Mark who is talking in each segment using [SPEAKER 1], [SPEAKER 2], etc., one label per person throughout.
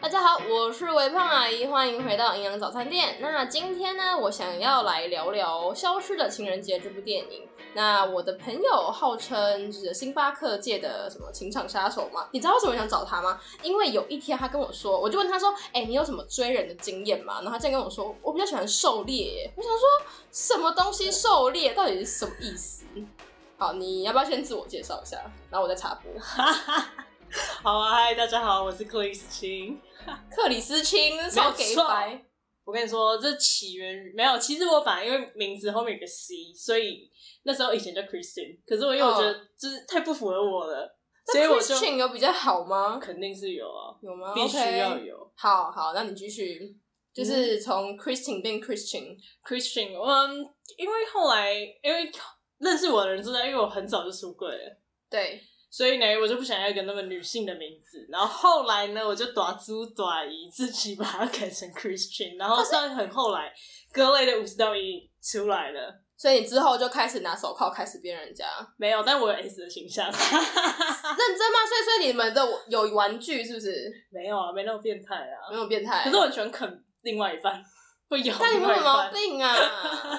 [SPEAKER 1] 大家好，我是微胖阿姨，欢迎回到营养早餐店。那今天呢，我想要来聊聊《消失的情人节》这部电影。那我的朋友号称是星巴克界的什么情场杀手嘛？你知道为什么想找他吗？因为有一天他跟我说，我就问他说：“哎、你有什么追人的经验吗？”然后他竟然跟我说：“我比较喜欢狩猎耶。”我想说，什么东西狩猎到底是什么意思？好，你要不要先自我介绍一下，然后我再插播？
[SPEAKER 2] 好啊，嗨，大家好，我是克里斯汀。
[SPEAKER 1] 克里斯汀是什么给白？
[SPEAKER 2] 我跟你说，这起源于没有，其实我本来因为名字后面有个 C，所以那时候以前叫 Christine，可是我因为我觉得就是太不符合我了，所以我就
[SPEAKER 1] Christian 有比较好吗？
[SPEAKER 2] 肯定是有啊，
[SPEAKER 1] 有吗？
[SPEAKER 2] 必须要
[SPEAKER 1] OK
[SPEAKER 2] 有。嗯
[SPEAKER 1] 好好，那你继续，就是从 Christian 变 Christian。
[SPEAKER 2] Christian，嗯，因为后来因为认识我的人知道，因为我很早就出柜了。
[SPEAKER 1] 对，
[SPEAKER 2] 所以呢，我就不想要一个那么女性的名字。然后后来呢，我就短租短姨自己把它改成 Christian。然后算很后来，各类的五十道音出来了，
[SPEAKER 1] 所以你之后就开始拿手铐开始编人家，
[SPEAKER 2] 没有，但我有 S 的形象，
[SPEAKER 1] 认真吗？所以所以你们的有玩具是不是？
[SPEAKER 2] 没有啊，没那么变态啊
[SPEAKER 1] 没。有变态
[SPEAKER 2] 可是。我很喜欢啃另外一半，会咬
[SPEAKER 1] 那你
[SPEAKER 2] 另
[SPEAKER 1] 们
[SPEAKER 2] 外
[SPEAKER 1] 有
[SPEAKER 2] 一
[SPEAKER 1] 毛
[SPEAKER 2] 半。
[SPEAKER 1] 病啊？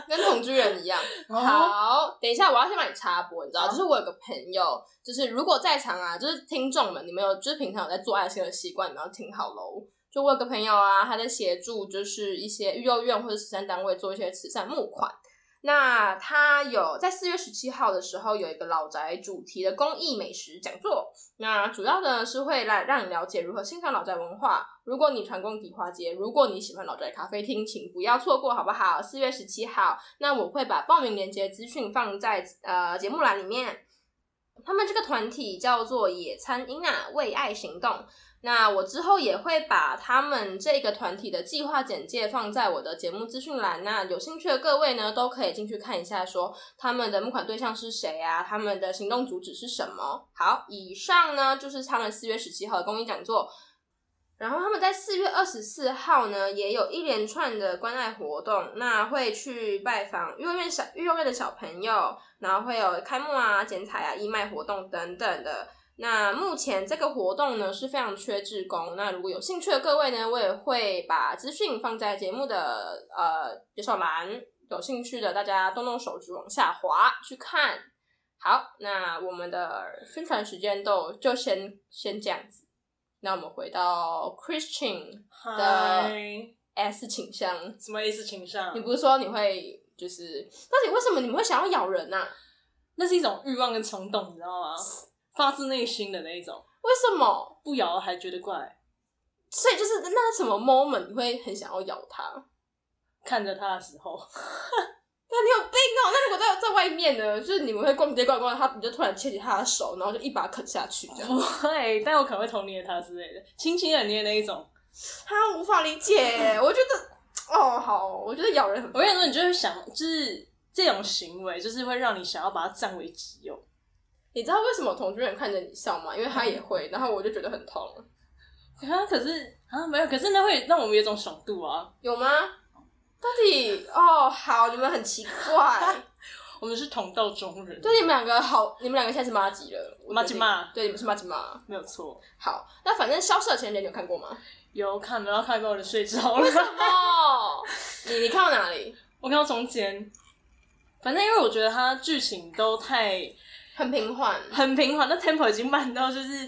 [SPEAKER 1] 跟同居人一样。
[SPEAKER 2] 哦
[SPEAKER 1] 好，等一下我要先帮你插播，你知道，
[SPEAKER 2] 好
[SPEAKER 1] 就是我有个朋友，就是如果在场啊，就是听众们，你们有就是平常有在做爱心的习惯，你们要听好喽。就我有个朋友啊，他在协助就是一些育幼院或者慈善单位做一些慈善募款。那他有在四月十七号的时候有一个老宅主题的公益美食讲座，那主要呢是会来让你了解如何欣赏老宅文化。如果你传功底花街，如果你喜欢老宅咖啡厅，请不要错过，好不好？四月十七号，那我会把报名链接资讯放在呃节目栏里面。他们这个团体叫做野餐英啊，为爱行动。那我之后也会把他们这个团体的计划简介放在我的节目资讯栏，那有兴趣的各位呢，都可以进去看一下，说他们的募款对象是谁啊，他们的行动主旨是什么。好，以上呢就是他们四月十七号的公益讲座。然后他们在四月二十四号呢，也有一连串的关爱活动，那会去拜访幼儿园小幼儿园的小朋友，然后会有开幕啊、剪彩啊、义卖活动等等的。那目前这个活动呢是非常缺志工，那如果有兴趣的各位呢，我也会把资讯放在节目的呃介绍栏，有兴趣的大家动动手指往下滑去看。好，那我们的宣传时间都就先先这样子。那我们回到 Christian
[SPEAKER 2] 哦嗨，
[SPEAKER 1] S 倾向，
[SPEAKER 2] 什么 S 倾向
[SPEAKER 1] 你？不是说你会就是，到底为什么你们会想要咬人啊呐、
[SPEAKER 2] 那是一种欲望跟冲动，你知道吗？发自内心的那一种，
[SPEAKER 1] 为什么？
[SPEAKER 2] 不咬还觉得怪，
[SPEAKER 1] 所以就是那什么 moment 你会很想要咬它？
[SPEAKER 2] 看着他的时候。
[SPEAKER 1] 那你有病哦！那如果在在外面呢，就是你们会逛街逛逛，他你就突然牵起他的手，然后就一把啃下去， 这样
[SPEAKER 2] 不会，但我可能会偷捏他之类的，轻轻的捏那一种。
[SPEAKER 1] 他无法理解。我觉得，哦，好，我觉得咬人很
[SPEAKER 2] 我跟你说，你就会想，就是这种行为，就是会让你想要把它占为己有。
[SPEAKER 1] 你知道为什么同居人看着你笑吗？因为他也会，然后我就觉得很痛，
[SPEAKER 2] 啊，可是啊，没有，可是那会让我们有一种爽度啊。
[SPEAKER 1] 有吗？到底哦，好，你们很奇怪，
[SPEAKER 2] 我们是同道中人，
[SPEAKER 1] 对你们两个好，你们两个现在是妈吉了，我
[SPEAKER 2] 妈
[SPEAKER 1] 决
[SPEAKER 2] 吉
[SPEAKER 1] 定
[SPEAKER 2] 妈
[SPEAKER 1] 对，你们是妈吉妈。
[SPEAKER 2] 没有错。
[SPEAKER 1] 好，那反正《消失的情人节》你有看过吗？
[SPEAKER 2] 有看，然后看到我的睡着了。
[SPEAKER 1] 哦，你你看到哪里？
[SPEAKER 2] 我看到中间，反正因为我觉得它剧情都太
[SPEAKER 1] 很平缓，
[SPEAKER 2] 很平缓，那 tempo 已经慢到就是。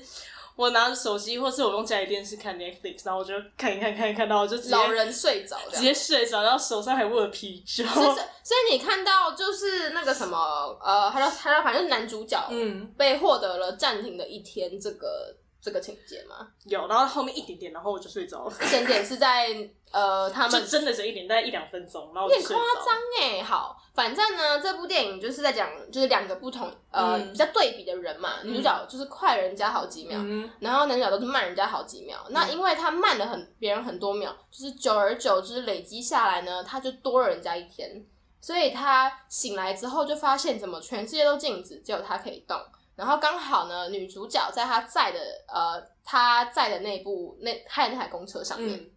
[SPEAKER 2] 我拿着手机，或是我用家里电视看 Netflix，然后我就看一看看一看，然后我就直接
[SPEAKER 1] 老人睡着这
[SPEAKER 2] 直
[SPEAKER 1] 样。
[SPEAKER 2] 接睡着，然后手上还握着啤酒。
[SPEAKER 1] 所以所以所以你看到就是那个什么呃，他叫他叫反正男主角
[SPEAKER 2] 嗯，
[SPEAKER 1] 被获得了暂停的一天这个这个情节嘛，
[SPEAKER 2] 有，然后后面一点点，然后我就睡着了，
[SPEAKER 1] 前点是在呃他们
[SPEAKER 2] 就真的是一点，大概一两分钟，然
[SPEAKER 1] 有
[SPEAKER 2] 后我就
[SPEAKER 1] 点
[SPEAKER 2] 睡
[SPEAKER 1] 夸
[SPEAKER 2] 着了。
[SPEAKER 1] 张哎，好，反正呢，这部电影就是在讲，就是两个不同呃、
[SPEAKER 2] 嗯
[SPEAKER 1] 比较对比的人嘛，
[SPEAKER 2] 嗯
[SPEAKER 1] 女主角就是快人家好几秒，
[SPEAKER 2] 嗯，
[SPEAKER 1] 然后男主角都是慢人家好几秒。那因为他慢了很别人很多秒，就是久而久之累积下来呢，他就多了人家一天。所以他醒来之后就发现，怎么全世界都静止，只有他可以动。然后刚好呢，女主角在她在的呃，她在的那部那她的那台公车上面，
[SPEAKER 2] 嗯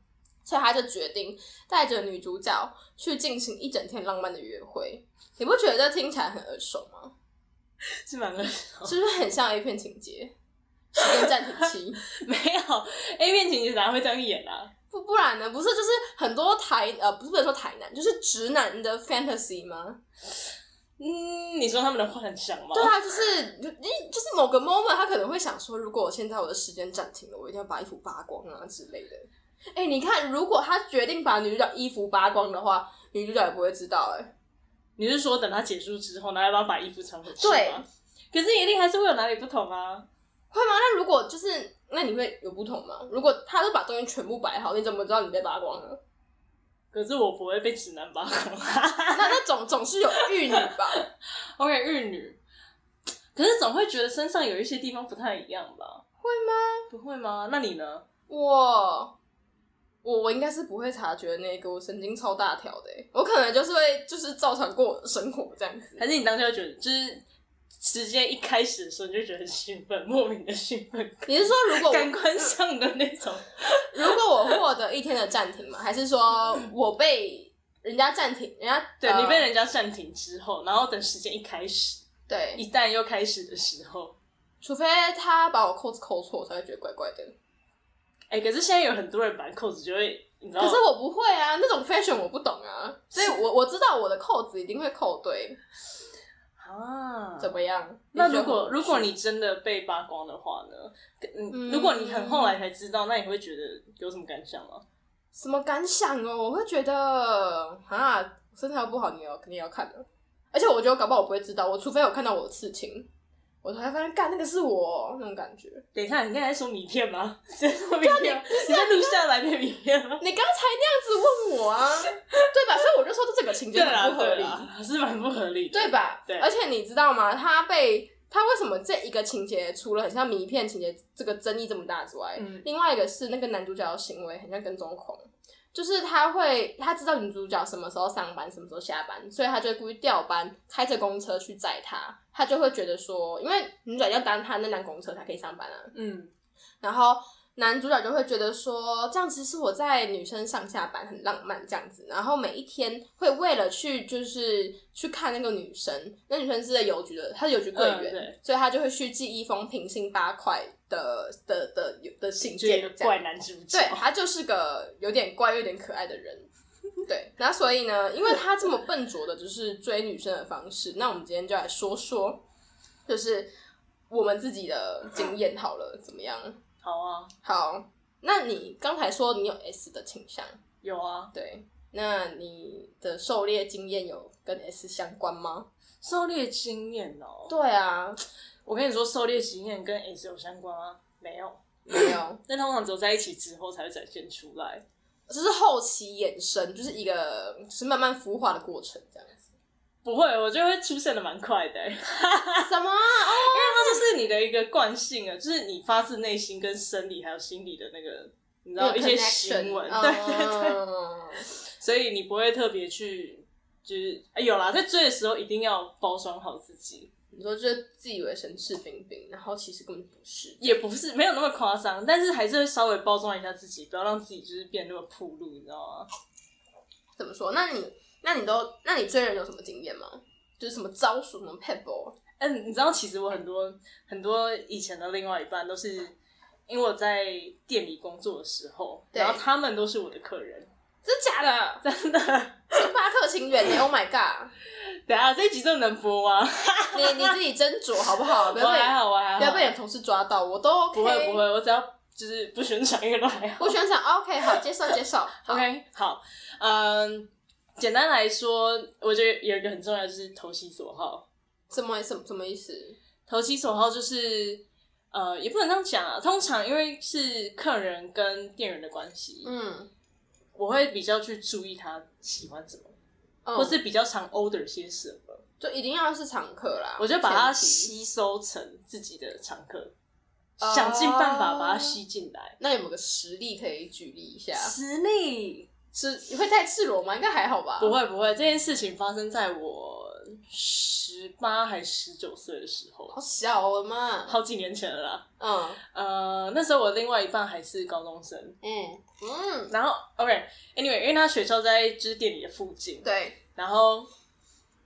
[SPEAKER 1] 所以他就决定带着女主角去进行一整天浪漫的约会。你不觉得这听起来很耳熟吗？
[SPEAKER 2] 是蛮饿的。
[SPEAKER 1] 是不是很像 A 片情节？时间暂停期。
[SPEAKER 2] 没有 A 片情节哪会这样演啊？
[SPEAKER 1] 不不然呢？不是就是很多台呃，不是不能说台南，就是直男的 fantasy 吗？
[SPEAKER 2] 嗯，你说他们的幻想吗？
[SPEAKER 1] 对啊，就是就就是某个 moment，他可能会想说，如果我现在我的时间暂停了，我一定要把衣服扒光啊之类的。哎、你看，如果他决定把女主角衣服扒光的话，女主角也不会知道哎、
[SPEAKER 2] 你是说等它结束之后，然后要不要把衣服穿回去？
[SPEAKER 1] 对，
[SPEAKER 2] 可是一定还是会有哪里不同啊。
[SPEAKER 1] 会吗？那如果就是那你会有不同吗？如果他都把东西全部摆好，你怎么知道你被扒光呢？
[SPEAKER 2] 可是我不会被直男扒光。
[SPEAKER 1] 那那总总是有玉女吧？
[SPEAKER 2] OK，玉女，可是总会觉得身上有一些地方不太一样吧？
[SPEAKER 1] 会吗？
[SPEAKER 2] 不会吗？那你呢？
[SPEAKER 1] 我我我应该是不会察觉那个，我神经超大条的欸，我可能就是会就是照常过我的生活这样子。
[SPEAKER 2] 还是你当时就觉得，就是直接一开始的时候你就觉得很兴奋，莫名的兴奋，
[SPEAKER 1] 你是说如果
[SPEAKER 2] 感
[SPEAKER 1] 我
[SPEAKER 2] 官上的那种？
[SPEAKER 1] 嗯如果我获得一天的暂停吗？还是说我被人家暂停？人家
[SPEAKER 2] 对、
[SPEAKER 1] 呃
[SPEAKER 2] 你被人家暂停之后，然后等时间一开始，
[SPEAKER 1] 对，
[SPEAKER 2] 一旦又开始的时候，
[SPEAKER 1] 除非他把我扣子扣错，我才会觉得怪怪的。
[SPEAKER 2] 哎、可是现在有很多人把扣子就会，你知道
[SPEAKER 1] 可是我不会啊，那种 fashion 我不懂啊，所以我我知道我的扣子一定会扣对，
[SPEAKER 2] 啊，
[SPEAKER 1] 怎么样？
[SPEAKER 2] 那
[SPEAKER 1] 你觉
[SPEAKER 2] 如
[SPEAKER 1] 得
[SPEAKER 2] 果
[SPEAKER 1] 很
[SPEAKER 2] 如果你真的被扒光的话呢？嗯，
[SPEAKER 1] 嗯
[SPEAKER 2] 如果你很后来才知道，那你会觉得有什么感想吗？
[SPEAKER 1] 什么感想哦？我会觉得啊，身材又不好，你也要肯定要看的。而且我觉得搞不好我不会知道，我除非有看到我的刺青，我才发现干那个是我那种感觉。
[SPEAKER 2] 等一下，你刚才说名片吗？ 在说
[SPEAKER 1] 啊
[SPEAKER 2] 名片吗，你在录下来变名片吗？
[SPEAKER 1] 你刚才那样子问我啊， 对吧？所以我就说这整个情
[SPEAKER 2] 对
[SPEAKER 1] 节
[SPEAKER 2] 啦，
[SPEAKER 1] 很不合
[SPEAKER 2] 对啊
[SPEAKER 1] 理，
[SPEAKER 2] 啦，是蛮不合理的。
[SPEAKER 1] 对吧？
[SPEAKER 2] 对
[SPEAKER 1] 而且你知道吗？他被他为什么这一个情节除了很像迷片情节这个争议这么大之外，
[SPEAKER 2] 嗯
[SPEAKER 1] 另外一个是那个男主角的行为很像跟踪狂，就是他会他知道女主角什么时候上班，什么时候下班，所以他就会故意调班，开着公车去载她。他就会觉得说，因为女主角要搭他那辆公车才可以上班啊，
[SPEAKER 2] 嗯，
[SPEAKER 1] 然后男主角就会觉得说，这样其实我在女生上下班很浪漫这样子，然后每一天会为了去就是去看那个女生，那女生是在邮局的，她是邮局柜
[SPEAKER 2] 嗯
[SPEAKER 1] 员，
[SPEAKER 2] 对
[SPEAKER 1] 所以他就会去寄一封平信八块的的的的的信
[SPEAKER 2] 就有一
[SPEAKER 1] 件
[SPEAKER 2] 个
[SPEAKER 1] 这样
[SPEAKER 2] 怪，男主角。
[SPEAKER 1] 对他就是个有点怪又有点可爱的人。对，那所以呢，因为他这么笨拙的，就是追女生的方式，那我们今天就来说说，就是我们自己的经验好了，怎么样？
[SPEAKER 2] 好啊，
[SPEAKER 1] 好，那你刚才说你有 S 的倾向，
[SPEAKER 2] 有啊，
[SPEAKER 1] 对，那你的狩猎经验有跟 S 相关吗？
[SPEAKER 2] 狩猎经验哦。
[SPEAKER 1] 对啊，
[SPEAKER 2] 我跟你说，狩猎经验跟 S 有相关吗？没有，
[SPEAKER 1] 没有，
[SPEAKER 2] 但通常只有在一起之后才会展现出来。
[SPEAKER 1] 就是后期衍生，就是一个就是慢慢孵化的过程，这样 子。
[SPEAKER 2] 不会，我觉得会出现的蛮快 的、欸。
[SPEAKER 1] 什么啊？哦，
[SPEAKER 2] 它就是你的一个惯性啊，就是你发自内心跟生理还有心理的那个，你知哦道一些行为，对对 对，
[SPEAKER 1] 对，
[SPEAKER 2] 所以你不会特别去，就是、哎有啦，在追的时候一定要包装好自己，
[SPEAKER 1] 你说就是自以为神志彬彬，然后其实根本不是。
[SPEAKER 2] 也不是没有那么夸张，但是还是会稍微包装一下自己，不要让自己就是变得那么铺路，你知道吗？
[SPEAKER 1] 怎么说？那你那你都那你追人有什么经验吗？就是什么招数，什么 pebble，
[SPEAKER 2] 嗯，你知道其实我很多很多以前的另外一半都是，因为我在店里工作的时候，
[SPEAKER 1] 对
[SPEAKER 2] 然后他们都是我的客人，
[SPEAKER 1] 真假的？
[SPEAKER 2] 真的。
[SPEAKER 1] 星巴克情缘呢？Oh my god！
[SPEAKER 2] 等一下啊这一集真的能播吗？
[SPEAKER 1] 你 你自己斟酌好不好？不
[SPEAKER 2] 我
[SPEAKER 1] 要被
[SPEAKER 2] 还好，我还好，
[SPEAKER 1] 不要被你的同事抓到，我都 OK。
[SPEAKER 2] 不会不会，，我只要就是不宣传一个都还好。
[SPEAKER 1] 我喜欢讲 OK，好，接受接受。好
[SPEAKER 2] OK，好，嗯，简单来说，我觉得有一个很重要的就是投其所好。
[SPEAKER 1] 什么什么什么意思？
[SPEAKER 2] 投其所好就是，呃，也不能这样讲啊。通常因为是客人跟店员的关系，
[SPEAKER 1] 嗯，
[SPEAKER 2] 我会比较去注意他喜欢什么，
[SPEAKER 1] 嗯
[SPEAKER 2] 或是比较常 order 些什么，
[SPEAKER 1] 就一定要是常客啦。
[SPEAKER 2] 我就把它
[SPEAKER 1] 前提
[SPEAKER 2] 吸收成自己的常客，
[SPEAKER 1] 哦
[SPEAKER 2] 想尽办法把它吸进来。
[SPEAKER 1] 那有没有个实例可以举例一下？
[SPEAKER 2] 实力
[SPEAKER 1] 是你会太赤裸吗？应该还好吧。
[SPEAKER 2] 不会不会，这件事情发生在我十八还十九岁的时候，
[SPEAKER 1] 好小了嘛。
[SPEAKER 2] 好几年前了啦。
[SPEAKER 1] 嗯
[SPEAKER 2] 呃，那时候我另外一半还是高中生，
[SPEAKER 1] 嗯嗯，
[SPEAKER 2] 然后 OK，anyway，、因为他学校在就是店里的附近，
[SPEAKER 1] 对，
[SPEAKER 2] 然后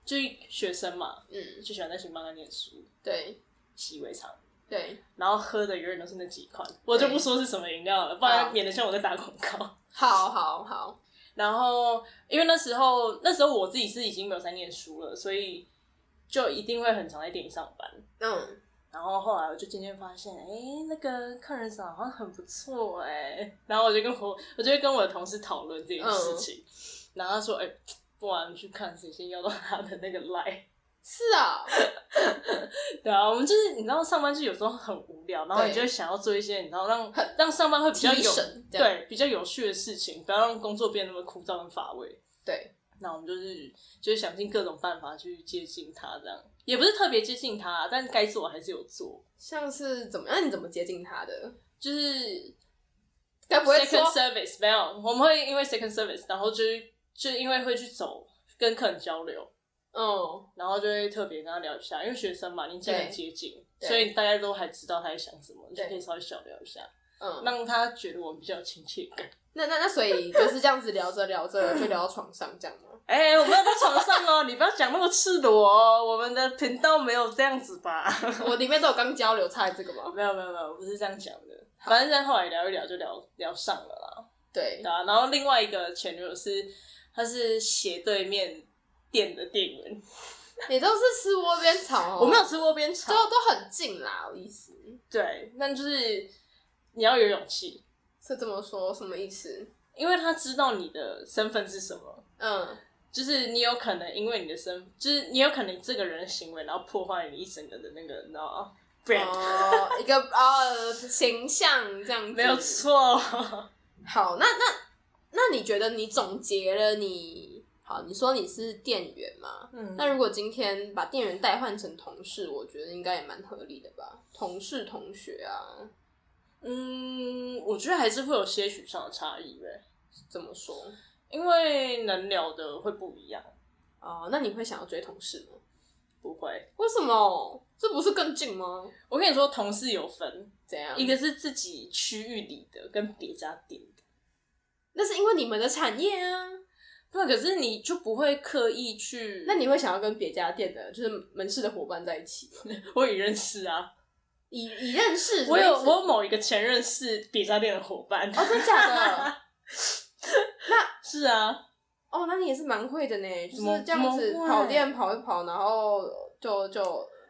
[SPEAKER 2] 就是学生嘛，
[SPEAKER 1] 嗯
[SPEAKER 2] 就喜欢在星巴克念书，
[SPEAKER 1] 对，
[SPEAKER 2] 习以为常。
[SPEAKER 1] 对，
[SPEAKER 2] 然后喝的永远都是那几款，我就不说是什么饮料了，不然免得像我在打广告。
[SPEAKER 1] 好好好，
[SPEAKER 2] 然后因为那时候那时候我自己是已经没有在念书了，所以就一定会很常在店里上班。
[SPEAKER 1] 嗯，
[SPEAKER 2] 然后后来我就渐渐发现，哎、那个客人长好像很不错哎、 然后我就跟我我就会跟我的同事讨论这件
[SPEAKER 1] 嗯
[SPEAKER 2] 事情，然后他说，哎、不然去看谁先要到他的那个 line。
[SPEAKER 1] 是啊、
[SPEAKER 2] 对啊，我们就是你知道上班就有时候很无聊，然后你
[SPEAKER 1] 对
[SPEAKER 2] 就会想要做一些你知道让让上班会比较
[SPEAKER 1] 提
[SPEAKER 2] 有
[SPEAKER 1] 神这样
[SPEAKER 2] 对比较有趣的事情，不要让工作变得那么枯燥跟乏味。
[SPEAKER 1] 对，
[SPEAKER 2] 那我们就是就是想尽各种办法去接近他，这样也不是特别接近他，但该做还是有做，
[SPEAKER 1] 像是怎么样？你怎么接近他的？
[SPEAKER 2] 就是
[SPEAKER 1] 该不会说
[SPEAKER 2] second service 没有，我们会因为 second service，然后就是就因为会去走跟客人交流，
[SPEAKER 1] 嗯，
[SPEAKER 2] 然后就会特别跟他聊一下，因为学生嘛，年纪很接近，
[SPEAKER 1] 对
[SPEAKER 2] 所以大家都还知道他在想什么，就
[SPEAKER 1] 对
[SPEAKER 2] 可以稍微小聊一下，
[SPEAKER 1] 嗯，那
[SPEAKER 2] 让他觉得我们比较有亲切感。
[SPEAKER 1] 那那那，所以就是这样子聊着聊着就聊到床上这样 吗？
[SPEAKER 2] 哎、我没有在床上哦，你不要讲那么赤裸哦，我们的频道没有这样子吧？
[SPEAKER 1] 我里面都有刚交流，差这个吗？
[SPEAKER 2] 没有没有没有，不是这样讲的。反正后来聊一聊就聊聊上了啦，
[SPEAKER 1] 对
[SPEAKER 2] 对，啊。然后另外一个前女友是，她是斜对面店的店员，
[SPEAKER 1] 你都是吃窝边草哦，
[SPEAKER 2] 我没有吃窝边草
[SPEAKER 1] 都，都很近啦，我意思
[SPEAKER 2] 对，但就是你要有勇气，
[SPEAKER 1] 是这么说，什么意思？
[SPEAKER 2] 因为他知道你的身份是什么，
[SPEAKER 1] 嗯，
[SPEAKER 2] 就是你有可能因为你的身，就是你有可能这个人的行为，然后破坏你一整个的那个，你知道吗？brand、
[SPEAKER 1] 哦，一个哦形象这样子，
[SPEAKER 2] 没有错，
[SPEAKER 1] 好，那那那你觉得你总结了你好，你说你是店员嘛？
[SPEAKER 2] 嗯
[SPEAKER 1] 那如果今天把店员代换成同事，我觉得应该也蛮合理的吧？同事、同学啊，
[SPEAKER 2] 嗯，我觉得还是会有些许上的差异呗，
[SPEAKER 1] 怎么说？
[SPEAKER 2] 因为能聊的会不一样，
[SPEAKER 1] 哦，那你会想要追同事吗？
[SPEAKER 2] 不会。
[SPEAKER 1] 为什么？这不是更近吗？
[SPEAKER 2] 我跟你说，同事有分，
[SPEAKER 1] 怎样？
[SPEAKER 2] 一个是自己区域里的，跟别家店的。
[SPEAKER 1] 那是因为你们的产业啊。
[SPEAKER 2] 对，可是你就不会刻意去，
[SPEAKER 1] 那你会想要跟别家店的，就是门市的伙伴在一起吗？
[SPEAKER 2] 我也认识啊，
[SPEAKER 1] 以以认识？
[SPEAKER 2] 我有
[SPEAKER 1] 什么意思
[SPEAKER 2] 我有某一个前任是别家店的伙伴，
[SPEAKER 1] 哦，真假的？
[SPEAKER 2] 是啊，
[SPEAKER 1] 哦，那你也是蛮会的呢，就
[SPEAKER 2] 怎么
[SPEAKER 1] 是这样子
[SPEAKER 2] 怎么会
[SPEAKER 1] 跑店跑一跑，然后就就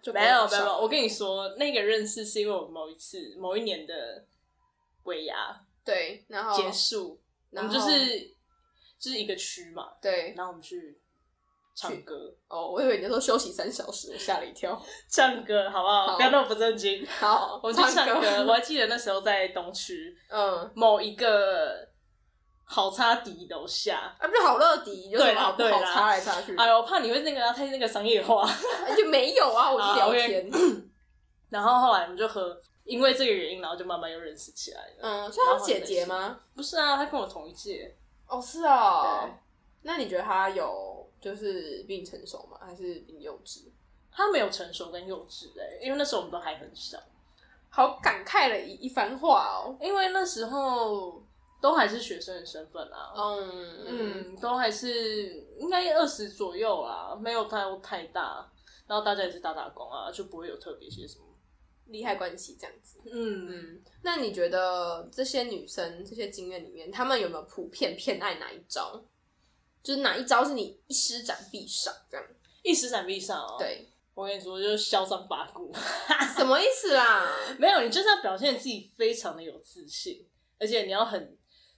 [SPEAKER 1] 就
[SPEAKER 2] 欸没有没有，没
[SPEAKER 1] 上
[SPEAKER 2] 有我跟你说，那个认识是因为我某一次某一年的尾牙
[SPEAKER 1] 对，然后
[SPEAKER 2] 结束，我
[SPEAKER 1] 然
[SPEAKER 2] 们
[SPEAKER 1] 后
[SPEAKER 2] 就是就是一个区嘛，
[SPEAKER 1] 对
[SPEAKER 2] 然后我们去唱歌，
[SPEAKER 1] 哦，我以为你说休息三小时，我吓了一跳。
[SPEAKER 2] 唱歌好不好？
[SPEAKER 1] 好
[SPEAKER 2] 不要那么不正经。
[SPEAKER 1] 好，
[SPEAKER 2] 我们去唱
[SPEAKER 1] 唱
[SPEAKER 2] 歌，我还记得那时候在东区
[SPEAKER 1] 嗯，
[SPEAKER 2] 某一个好差迪楼下。
[SPEAKER 1] 啊，不是好乐迪，有什
[SPEAKER 2] 对
[SPEAKER 1] 么
[SPEAKER 2] 啦
[SPEAKER 1] 好不
[SPEAKER 2] 对
[SPEAKER 1] 好
[SPEAKER 2] 啦
[SPEAKER 1] 插来插去？
[SPEAKER 2] 哎呦，我怕你会那个啊太那个商业化。
[SPEAKER 1] 就没有啊，我就
[SPEAKER 2] 好
[SPEAKER 1] 聊
[SPEAKER 2] OK
[SPEAKER 1] 天。
[SPEAKER 2] 然后后来我们就和因为这个原因，然后就慢慢又认识起来了。
[SPEAKER 1] 嗯，所以她是姐姐吗？
[SPEAKER 2] 不是啊，他跟我同一届。
[SPEAKER 1] 哦，是
[SPEAKER 2] 对，
[SPEAKER 1] 哦。那你觉得她有就是比你成熟吗？还是比你幼稚？
[SPEAKER 2] 他没有成熟跟幼稚哎、因为那时候我们都还很小，
[SPEAKER 1] 好感慨了一一番话哦。
[SPEAKER 2] 因为那时候都还是学生的身份啊。
[SPEAKER 1] 嗯嗯，
[SPEAKER 2] 嗯，都还是应该二十左右啦，没有太太大。然后大家也是打打工啊，就不会有特别些什么。
[SPEAKER 1] 利害关系这样子。
[SPEAKER 2] 嗯，
[SPEAKER 1] 嗯，那你觉得这些女生这些经验里面，她们有没有普遍偏爱哪一招？就是哪一招是你一施展必上这样？
[SPEAKER 2] 一时闪避上哦。，
[SPEAKER 1] 对，
[SPEAKER 2] 我跟你说，就是嚣张跋扈。
[SPEAKER 1] 什么意思啊啦？
[SPEAKER 2] 没有，你就是要表现自己非常的有自信，而且你要很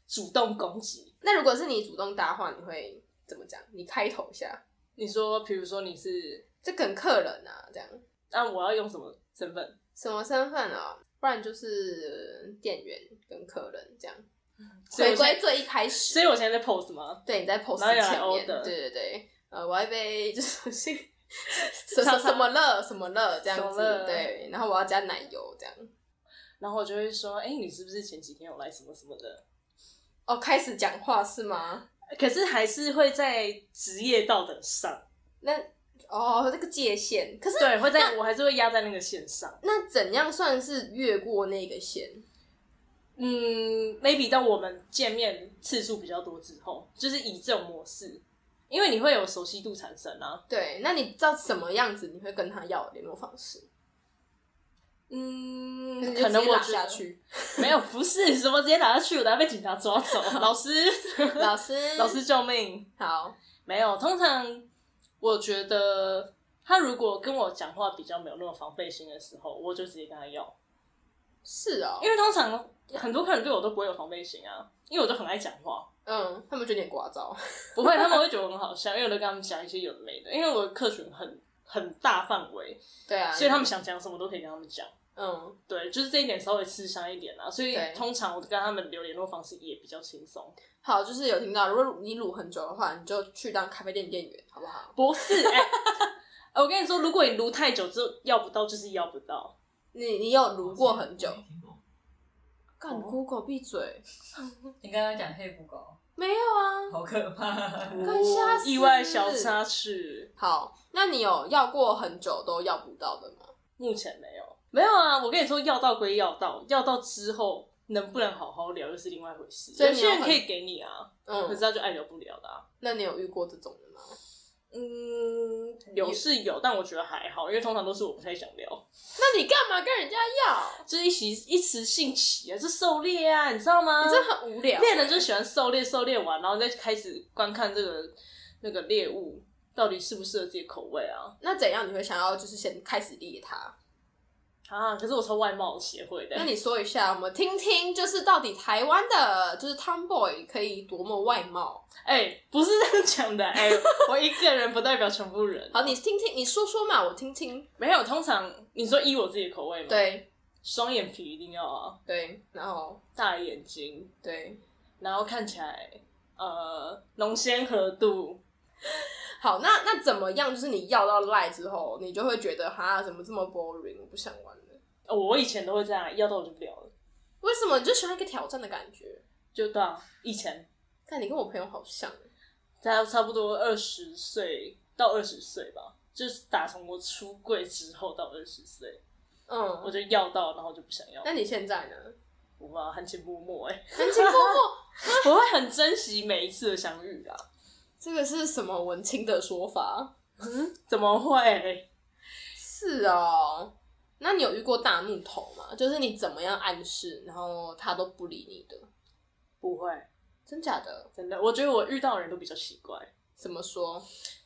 [SPEAKER 2] 主动攻击。
[SPEAKER 1] 那如果是你主动搭话，你会怎么讲？你开头一下，
[SPEAKER 2] 你说，比如说你是，
[SPEAKER 1] 这跟客人啊这样，
[SPEAKER 2] 那、我要用什么身份？
[SPEAKER 1] 什么身份啊？不然就是店员跟客人这样，
[SPEAKER 2] 所以
[SPEAKER 1] 回
[SPEAKER 2] 我现
[SPEAKER 1] 归
[SPEAKER 2] 在，
[SPEAKER 1] 最一开
[SPEAKER 2] 所
[SPEAKER 1] 始。
[SPEAKER 2] 以我现在在 pose 吗？
[SPEAKER 1] 对，你在 post
[SPEAKER 2] 然后有来
[SPEAKER 1] 前面，
[SPEAKER 2] order
[SPEAKER 1] 对对对，呃，我要一杯就是 新什什
[SPEAKER 2] 叉叉
[SPEAKER 1] 什么乐什么乐这样
[SPEAKER 2] 什么
[SPEAKER 1] 子
[SPEAKER 2] 乐，
[SPEAKER 1] 对，然后我要加奶油这样。
[SPEAKER 2] 然后我就会说，哎、你是不是前几天有来什么什么的？
[SPEAKER 1] 哦，开始讲话是吗？
[SPEAKER 2] 可是还是会在职业道德上。
[SPEAKER 1] 那哦，这个界限，可是
[SPEAKER 2] 对，会在我还是会压在那个线上。
[SPEAKER 1] 那怎样算是越过那个线？
[SPEAKER 2] 嗯，maybe 到我们见面次数比较多之后，就是以这种模式，因为你会有熟悉度产生啊。
[SPEAKER 1] 对，那你知道什么样子你会跟他要联络方式？
[SPEAKER 2] 嗯
[SPEAKER 1] 你就
[SPEAKER 2] 可能
[SPEAKER 1] 直接
[SPEAKER 2] 我
[SPEAKER 1] 打
[SPEAKER 2] 觉
[SPEAKER 1] 下
[SPEAKER 2] 得
[SPEAKER 1] 去，
[SPEAKER 2] 没有，不是什么直接打下去，我等下被警察抓走。老师，
[SPEAKER 1] 老师，
[SPEAKER 2] 老师救命！
[SPEAKER 1] 好，
[SPEAKER 2] 没有，通常我觉得他如果跟我讲话比较没有那么防备心的时候，我就直接跟他要，
[SPEAKER 1] 是哦，
[SPEAKER 2] 因为通常很多客人对我都不会有防备心啊，因为我都很爱讲话，
[SPEAKER 1] 嗯，他们觉得你很聒噪，
[SPEAKER 2] 不会，他们会觉得我很好笑，因为我都跟他们讲一些有的没的，因为我的客群很很大范围，
[SPEAKER 1] 对啊，
[SPEAKER 2] 所以他们想讲什么都可以跟他们讲。
[SPEAKER 1] 嗯，
[SPEAKER 2] 对，就是这一点稍微吃香一点啦，所以
[SPEAKER 1] 对
[SPEAKER 2] 通常我跟他们留联络方式也比较轻松。
[SPEAKER 1] 好，就是有听到，如果你卤很久的话，你就去当咖啡店店员，好不好？
[SPEAKER 2] 不是，哎、我跟你说，如果你撸太久之后要不到，就是要不到。
[SPEAKER 1] 你你有卤过很久？干、
[SPEAKER 2] 哦
[SPEAKER 1] Google 闭嘴，
[SPEAKER 3] 你刚刚讲黑不狗，
[SPEAKER 1] 没有啊。
[SPEAKER 3] 好可怕。
[SPEAKER 1] 干吓死
[SPEAKER 2] 哦意外小
[SPEAKER 1] 啊
[SPEAKER 2] 插曲，
[SPEAKER 1] 好，那你有要过很久都要不到的吗？
[SPEAKER 2] 目前没有，没有啊。我跟你说，要到归要到，要到之后能不能好好聊又是另外一回事。
[SPEAKER 1] 所以
[SPEAKER 2] 有
[SPEAKER 1] 你
[SPEAKER 2] 些
[SPEAKER 1] 有
[SPEAKER 2] 人
[SPEAKER 1] 很
[SPEAKER 2] 可以给你啊，可是
[SPEAKER 1] 嗯，
[SPEAKER 2] 他就爱聊不聊的、啊。
[SPEAKER 1] 那你有遇过这种的吗？
[SPEAKER 2] 嗯，有是有，但我觉得还好，因为通常都是我不太想聊，
[SPEAKER 1] 那你干嘛跟人家要？
[SPEAKER 2] 就是一起一时兴起啊，就狩猎啊，你知道吗？
[SPEAKER 1] 你真的很无聊。
[SPEAKER 2] 猎人就喜欢狩猎，狩猎完，然后再开始观看这个那个猎物到底适不适合自己口味啊
[SPEAKER 1] 那怎样你会想要就是先开始猎它？
[SPEAKER 2] 啊！可是我超外貌协会的，
[SPEAKER 1] 那你说一下，我们听听，就是到底台湾的就是 Tomboy 可以多么外貌？
[SPEAKER 2] 哎、不是这样讲 的，哎、我一个人不代表全部人。
[SPEAKER 1] 好，你听听，你说说嘛，我听听。
[SPEAKER 2] 没有，通常你说依我自己的口味嘛，，
[SPEAKER 1] 对
[SPEAKER 2] 双眼皮一定要啊，
[SPEAKER 1] 对，然后
[SPEAKER 2] 大眼睛，
[SPEAKER 1] 对，
[SPEAKER 2] 然后看起来呃浓鲜合度，
[SPEAKER 1] 好，那那怎么样？就是你要到赖之后，你就会觉得哈，怎么这么 boring，我不想玩了。
[SPEAKER 2] 呃我以前都会这样，要到我就不聊了，
[SPEAKER 1] 为什么你就喜欢一个挑战的感觉？
[SPEAKER 2] 就对啊，以前
[SPEAKER 1] 看你跟我朋友好像，
[SPEAKER 2] 在差不多二十岁到二十岁吧，就是打从我出柜之后到二十岁，我
[SPEAKER 1] 嗯，
[SPEAKER 2] 就要到，然后就不想要。
[SPEAKER 1] 那你现 在呢？
[SPEAKER 2] 我吧，含情脉脉、欸，
[SPEAKER 1] 含情脉脉，
[SPEAKER 2] 我会很珍惜每一次的相遇啊啦。
[SPEAKER 1] 这个是什么文青的说法？
[SPEAKER 2] 怎么会？
[SPEAKER 1] 是哦，那你有遇过大木头吗？就是你怎么样暗示，然后他都不理你的，
[SPEAKER 2] 不会，
[SPEAKER 1] 真假的？
[SPEAKER 2] 真的，我觉得我遇到的人都比较奇怪，
[SPEAKER 1] 怎么说？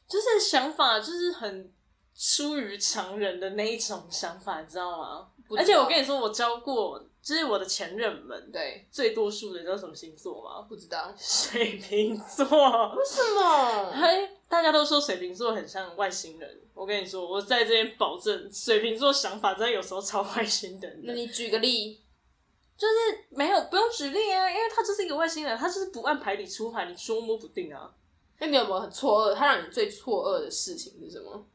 [SPEAKER 2] 就是想法就是很出于常人的那一种想法，你知道吗？
[SPEAKER 1] 不知道
[SPEAKER 2] 而且我跟你说，我教过，就是我的前任们，
[SPEAKER 1] 对，
[SPEAKER 2] 最多数的你知道什么星座吗？
[SPEAKER 1] 不知道为
[SPEAKER 2] 水瓶座。
[SPEAKER 1] 什 么？
[SPEAKER 2] 嘿，大家都说水瓶座很像外星人，我跟你说，我在这边保证，水瓶座想法真的有时候超外星人
[SPEAKER 1] 那
[SPEAKER 2] 的。
[SPEAKER 1] 你举个例，
[SPEAKER 2] 就是没有不用举例啊，因为他就是一个外星人，他就是不按牌理出牌，你捉摸不定啊。
[SPEAKER 1] 那你有没有很错愕？他让你最错愕的事情是什么？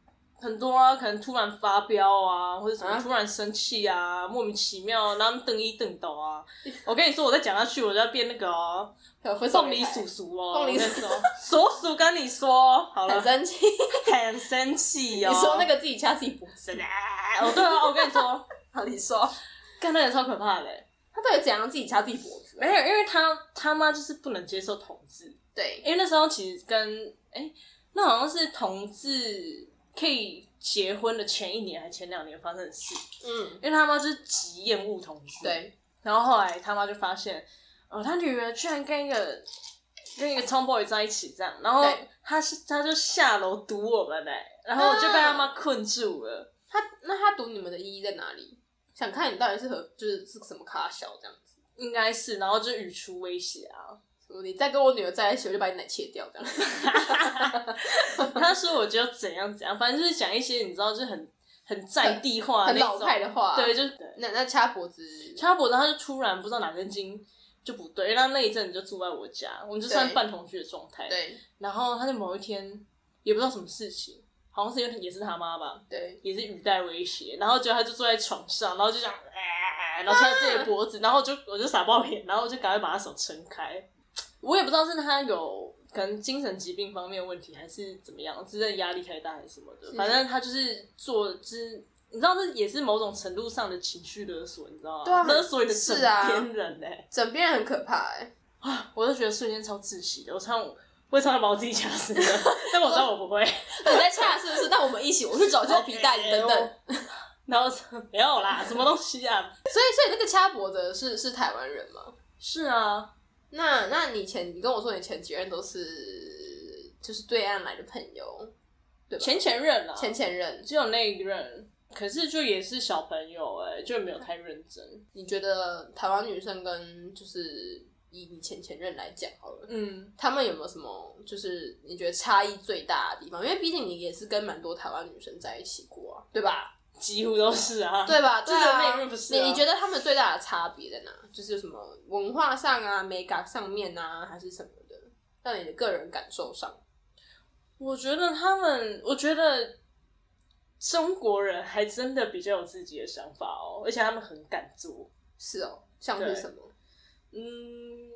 [SPEAKER 2] 很多啊，可能突然发飙啊，或者什么
[SPEAKER 1] 啊
[SPEAKER 2] 突然生气啊，莫名其妙，然后瞪一瞪 斗啊。我跟你说，我再讲下去，我就要变那个哦，
[SPEAKER 1] 有分手
[SPEAKER 2] 凤梨叔叔哦，
[SPEAKER 1] 凤梨
[SPEAKER 2] 我跟你
[SPEAKER 1] 叔
[SPEAKER 2] 说叔叔跟你说好了
[SPEAKER 1] 很，生气，
[SPEAKER 2] 很生气
[SPEAKER 1] 你
[SPEAKER 2] 哦。
[SPEAKER 1] 说那个自己掐自己脖子，
[SPEAKER 2] 哦，对啊，我跟你说，
[SPEAKER 1] 好，你说
[SPEAKER 2] 干那也超可怕的欸。
[SPEAKER 1] 他到底怎样自己掐自己脖子？
[SPEAKER 2] 没有，因为他他妈就是不能接受同志，
[SPEAKER 1] 对，
[SPEAKER 2] 因为那时候其实跟哎、那好像是同志可以结婚的前一年还前两年发生的事，
[SPEAKER 1] 嗯，
[SPEAKER 2] 因为他妈就是极厌恶同志。，
[SPEAKER 1] 对，
[SPEAKER 2] 然后后来他妈就发现，哦，他女儿居然跟一个跟一个 tomboy 在一起这样，然后
[SPEAKER 1] 对
[SPEAKER 2] 他是他就下楼堵我们嘞、然后我就被
[SPEAKER 1] 啊
[SPEAKER 2] 他妈困住了。
[SPEAKER 1] 他那他读你们的意义在哪里？想看你到底是和就是是什么咖小这样子。
[SPEAKER 2] 应该是，然后就语出威胁啊，
[SPEAKER 1] 你再跟我女儿在一起，我就把你奶切掉，这样。
[SPEAKER 2] 他说我就怎样怎样，反正就是讲一些你知道，就是很很在地化
[SPEAKER 1] 很
[SPEAKER 2] 那
[SPEAKER 1] 老
[SPEAKER 2] 种
[SPEAKER 1] 派的话，
[SPEAKER 2] 对，就是对。
[SPEAKER 1] 那那掐脖子，
[SPEAKER 2] 差不多，他就突然不知道哪根筋就不对，因为他那一阵子就住在我家，我们就算
[SPEAKER 1] 对
[SPEAKER 2] 半同居的状态。
[SPEAKER 1] 对
[SPEAKER 2] 然后他就某一天也不知道什么事情，好像是因为也是他妈吧，
[SPEAKER 1] 对，
[SPEAKER 2] 也是语带威胁，然后结果他就坐在床上，然后就这样，啊、然后掐自己的脖子，然后我就 我就傻爆眼，然后我就赶快把他手撑开。我也不知道是他有可能精神疾病方面的问题，还是怎么样，真的压力太大还是什么的。
[SPEAKER 1] 是
[SPEAKER 2] 反正他就是做，就是你知道，这也是某种程度上的情绪勒索，你知道吗？
[SPEAKER 1] 对啊
[SPEAKER 2] 勒索你的枕
[SPEAKER 1] 是啊
[SPEAKER 2] 边人呢、欸
[SPEAKER 1] 枕边人很可怕哎、
[SPEAKER 2] 我就觉得瞬间超窒息的。我常常我也常常把我自己掐死 的，但我知道我不会。
[SPEAKER 1] 哎你在掐是不是？那我们一起，我去找胶皮带你等等。
[SPEAKER 2] 哎 然后我说没有 啦，什么东西啊？
[SPEAKER 1] 所以所以那个掐脖子的是是台湾人吗？
[SPEAKER 2] 是啊，
[SPEAKER 1] 那那你前你跟我说你前几任都是就是对岸来的朋友，对吧？
[SPEAKER 2] 前前任啦，
[SPEAKER 1] 前前任，
[SPEAKER 2] 啊只有那一任，可是就也是小朋友哎、就没有太认真。
[SPEAKER 1] 你觉得台湾女生跟就是以你前前任来讲好了，
[SPEAKER 2] 嗯，
[SPEAKER 1] 他们有没有什么就是你觉得差异最大的地方？因为毕竟你也是跟蛮多台湾女生在一起过啊，对吧？
[SPEAKER 2] 几乎都是啊。
[SPEAKER 1] 对吧？
[SPEAKER 2] 至
[SPEAKER 1] 对
[SPEAKER 2] 少那
[SPEAKER 1] 啊，
[SPEAKER 2] 一任不是
[SPEAKER 1] 你
[SPEAKER 2] 啊
[SPEAKER 1] 你觉得他们最大的差别在哪？就是有什么文化上啊、美感上面啊，还是什么的，让你的个人感受上，
[SPEAKER 2] 我觉得他们，我觉得中国人还真的比较有自己的想法哦，而且他们很敢做。
[SPEAKER 1] 是哦，像是
[SPEAKER 2] 对
[SPEAKER 1] 什么？
[SPEAKER 2] 嗯，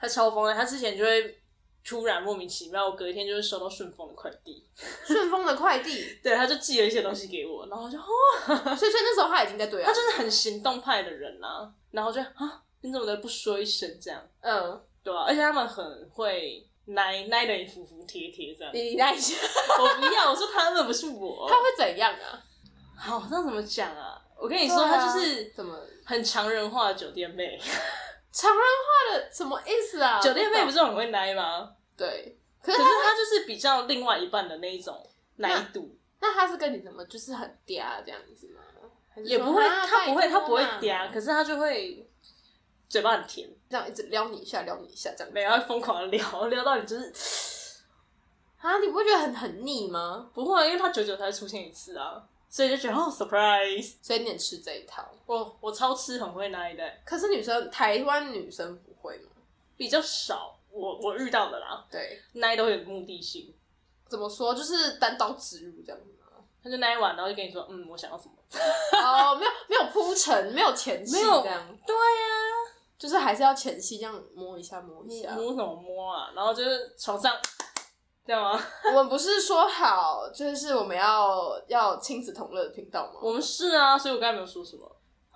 [SPEAKER 2] 他超疯的，他之前就会突然莫名其妙，我隔一天就会收到顺丰的快递，
[SPEAKER 1] 顺丰的快递，
[SPEAKER 2] 对，他就寄了一些东西给我，然后我就，哦，
[SPEAKER 1] 所以所以那时候他已经在对
[SPEAKER 2] 他
[SPEAKER 1] 岸
[SPEAKER 2] 就
[SPEAKER 1] 了，
[SPEAKER 2] 是很行动派的人啊，然后我就啊，你怎么都不说一声这样？
[SPEAKER 1] 嗯，
[SPEAKER 2] 对啊，而且他们很会奶奶的服服帖帖这 样。
[SPEAKER 1] 你那一下，
[SPEAKER 2] 我不要，我说他们不是 我。
[SPEAKER 1] 他会怎样啊？
[SPEAKER 2] 好，那怎么讲啊？我跟你说，
[SPEAKER 1] 对啊
[SPEAKER 2] 他就是
[SPEAKER 1] 怎么
[SPEAKER 2] 很常人化的酒店妹。
[SPEAKER 1] 常人化的什么意思啊？
[SPEAKER 2] 酒店妹不
[SPEAKER 1] 是
[SPEAKER 2] 是很会奶吗？
[SPEAKER 1] 对，可
[SPEAKER 2] 可
[SPEAKER 1] 是
[SPEAKER 2] 是
[SPEAKER 1] 他
[SPEAKER 2] 她就是比较另外一半的那一种奶度，
[SPEAKER 1] 那他是跟你怎么就是很嗲这样子吗？还是
[SPEAKER 2] 也
[SPEAKER 1] 说
[SPEAKER 2] 不会，
[SPEAKER 1] 啊
[SPEAKER 2] 她不会，
[SPEAKER 1] 拜托
[SPEAKER 2] 她不会
[SPEAKER 1] 嘛
[SPEAKER 2] 嗲，可是她就会嘴巴很甜，
[SPEAKER 1] 这样一直撩你一下，撩你一下这样子。
[SPEAKER 2] 没有，她啊疯狂的聊聊到你就是
[SPEAKER 1] 啊，你不会觉得很很腻吗？
[SPEAKER 2] 不会，因为她久久才会出现一次啊，所以就觉得哦，surprise，
[SPEAKER 1] 所以你很吃这一套。
[SPEAKER 2] 我我超吃很会奶的，
[SPEAKER 1] 可是女生，台湾女生不会吗？
[SPEAKER 2] 比较少，我我遇到的啦，
[SPEAKER 1] 对，
[SPEAKER 2] 奶都有目的性。
[SPEAKER 1] 怎么说就是单刀直入这样子吗？
[SPEAKER 2] 他就那一晚，然后就跟你说，嗯，我想要什么？
[SPEAKER 1] 哦，没有没有铺陈，没有前戏
[SPEAKER 2] 没有
[SPEAKER 1] 这样，
[SPEAKER 2] 对啊呀、
[SPEAKER 1] 就是还是要前戏这样摸一下摸一
[SPEAKER 2] 你
[SPEAKER 1] 下。
[SPEAKER 2] 摸什么摸啊？然后就是床上，这样吗？
[SPEAKER 1] 我们不是说好就是我们要要亲子同乐的频道吗？
[SPEAKER 2] 我们是啊，所以我刚才没有说什么。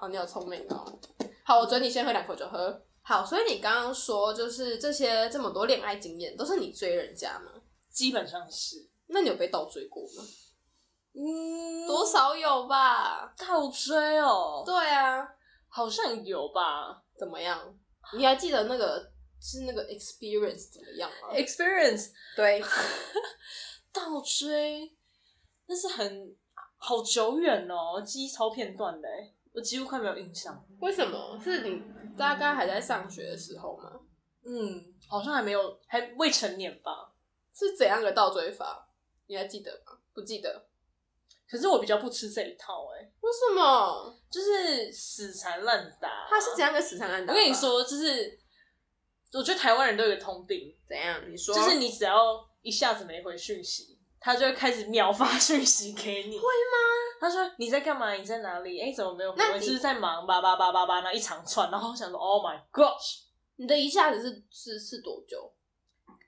[SPEAKER 1] 哦，你好聪明哦。好，我准你先喝两口酒喝。好，所以你刚刚说就是这些这么多恋爱经验都是你追人家吗？
[SPEAKER 2] 基本上是，
[SPEAKER 1] 那你有被倒追过吗？
[SPEAKER 2] 嗯，
[SPEAKER 1] 多少有吧？
[SPEAKER 2] 倒追哦，
[SPEAKER 1] 对啊，
[SPEAKER 2] 好像有吧。
[SPEAKER 1] 怎么样？你还记得那个是那个 experience 怎么样吗？
[SPEAKER 2] Experience
[SPEAKER 1] 对，
[SPEAKER 2] 倒追，那是很好久远哦，记忆超片段的欸，我几乎快没有印象。
[SPEAKER 1] 为什么？是你大概还在上学的时候吗？
[SPEAKER 2] 嗯，好像还没有，还未成年吧。
[SPEAKER 1] 是怎样的倒追法？你还记得吗？不记得？
[SPEAKER 2] 可是我比较不吃这一套，哎，
[SPEAKER 1] 为什么？
[SPEAKER 2] 就是死缠烂打。啊
[SPEAKER 1] 他是怎样的死缠烂打？
[SPEAKER 2] 我跟你，说，就是我觉得台湾人都有个通病，
[SPEAKER 1] 怎样？你说，
[SPEAKER 2] 就是你只要一下子没回讯息，他就会开始秒发讯息给你。会吗？他说你在干嘛？你在哪里？哎、怎么没有回
[SPEAKER 1] 那
[SPEAKER 2] 我？你
[SPEAKER 1] 你
[SPEAKER 2] 是不是在忙？叭叭叭叭叭，那一长串，然后我想说，Oh my gosh，
[SPEAKER 1] 你的一下子是是是多久？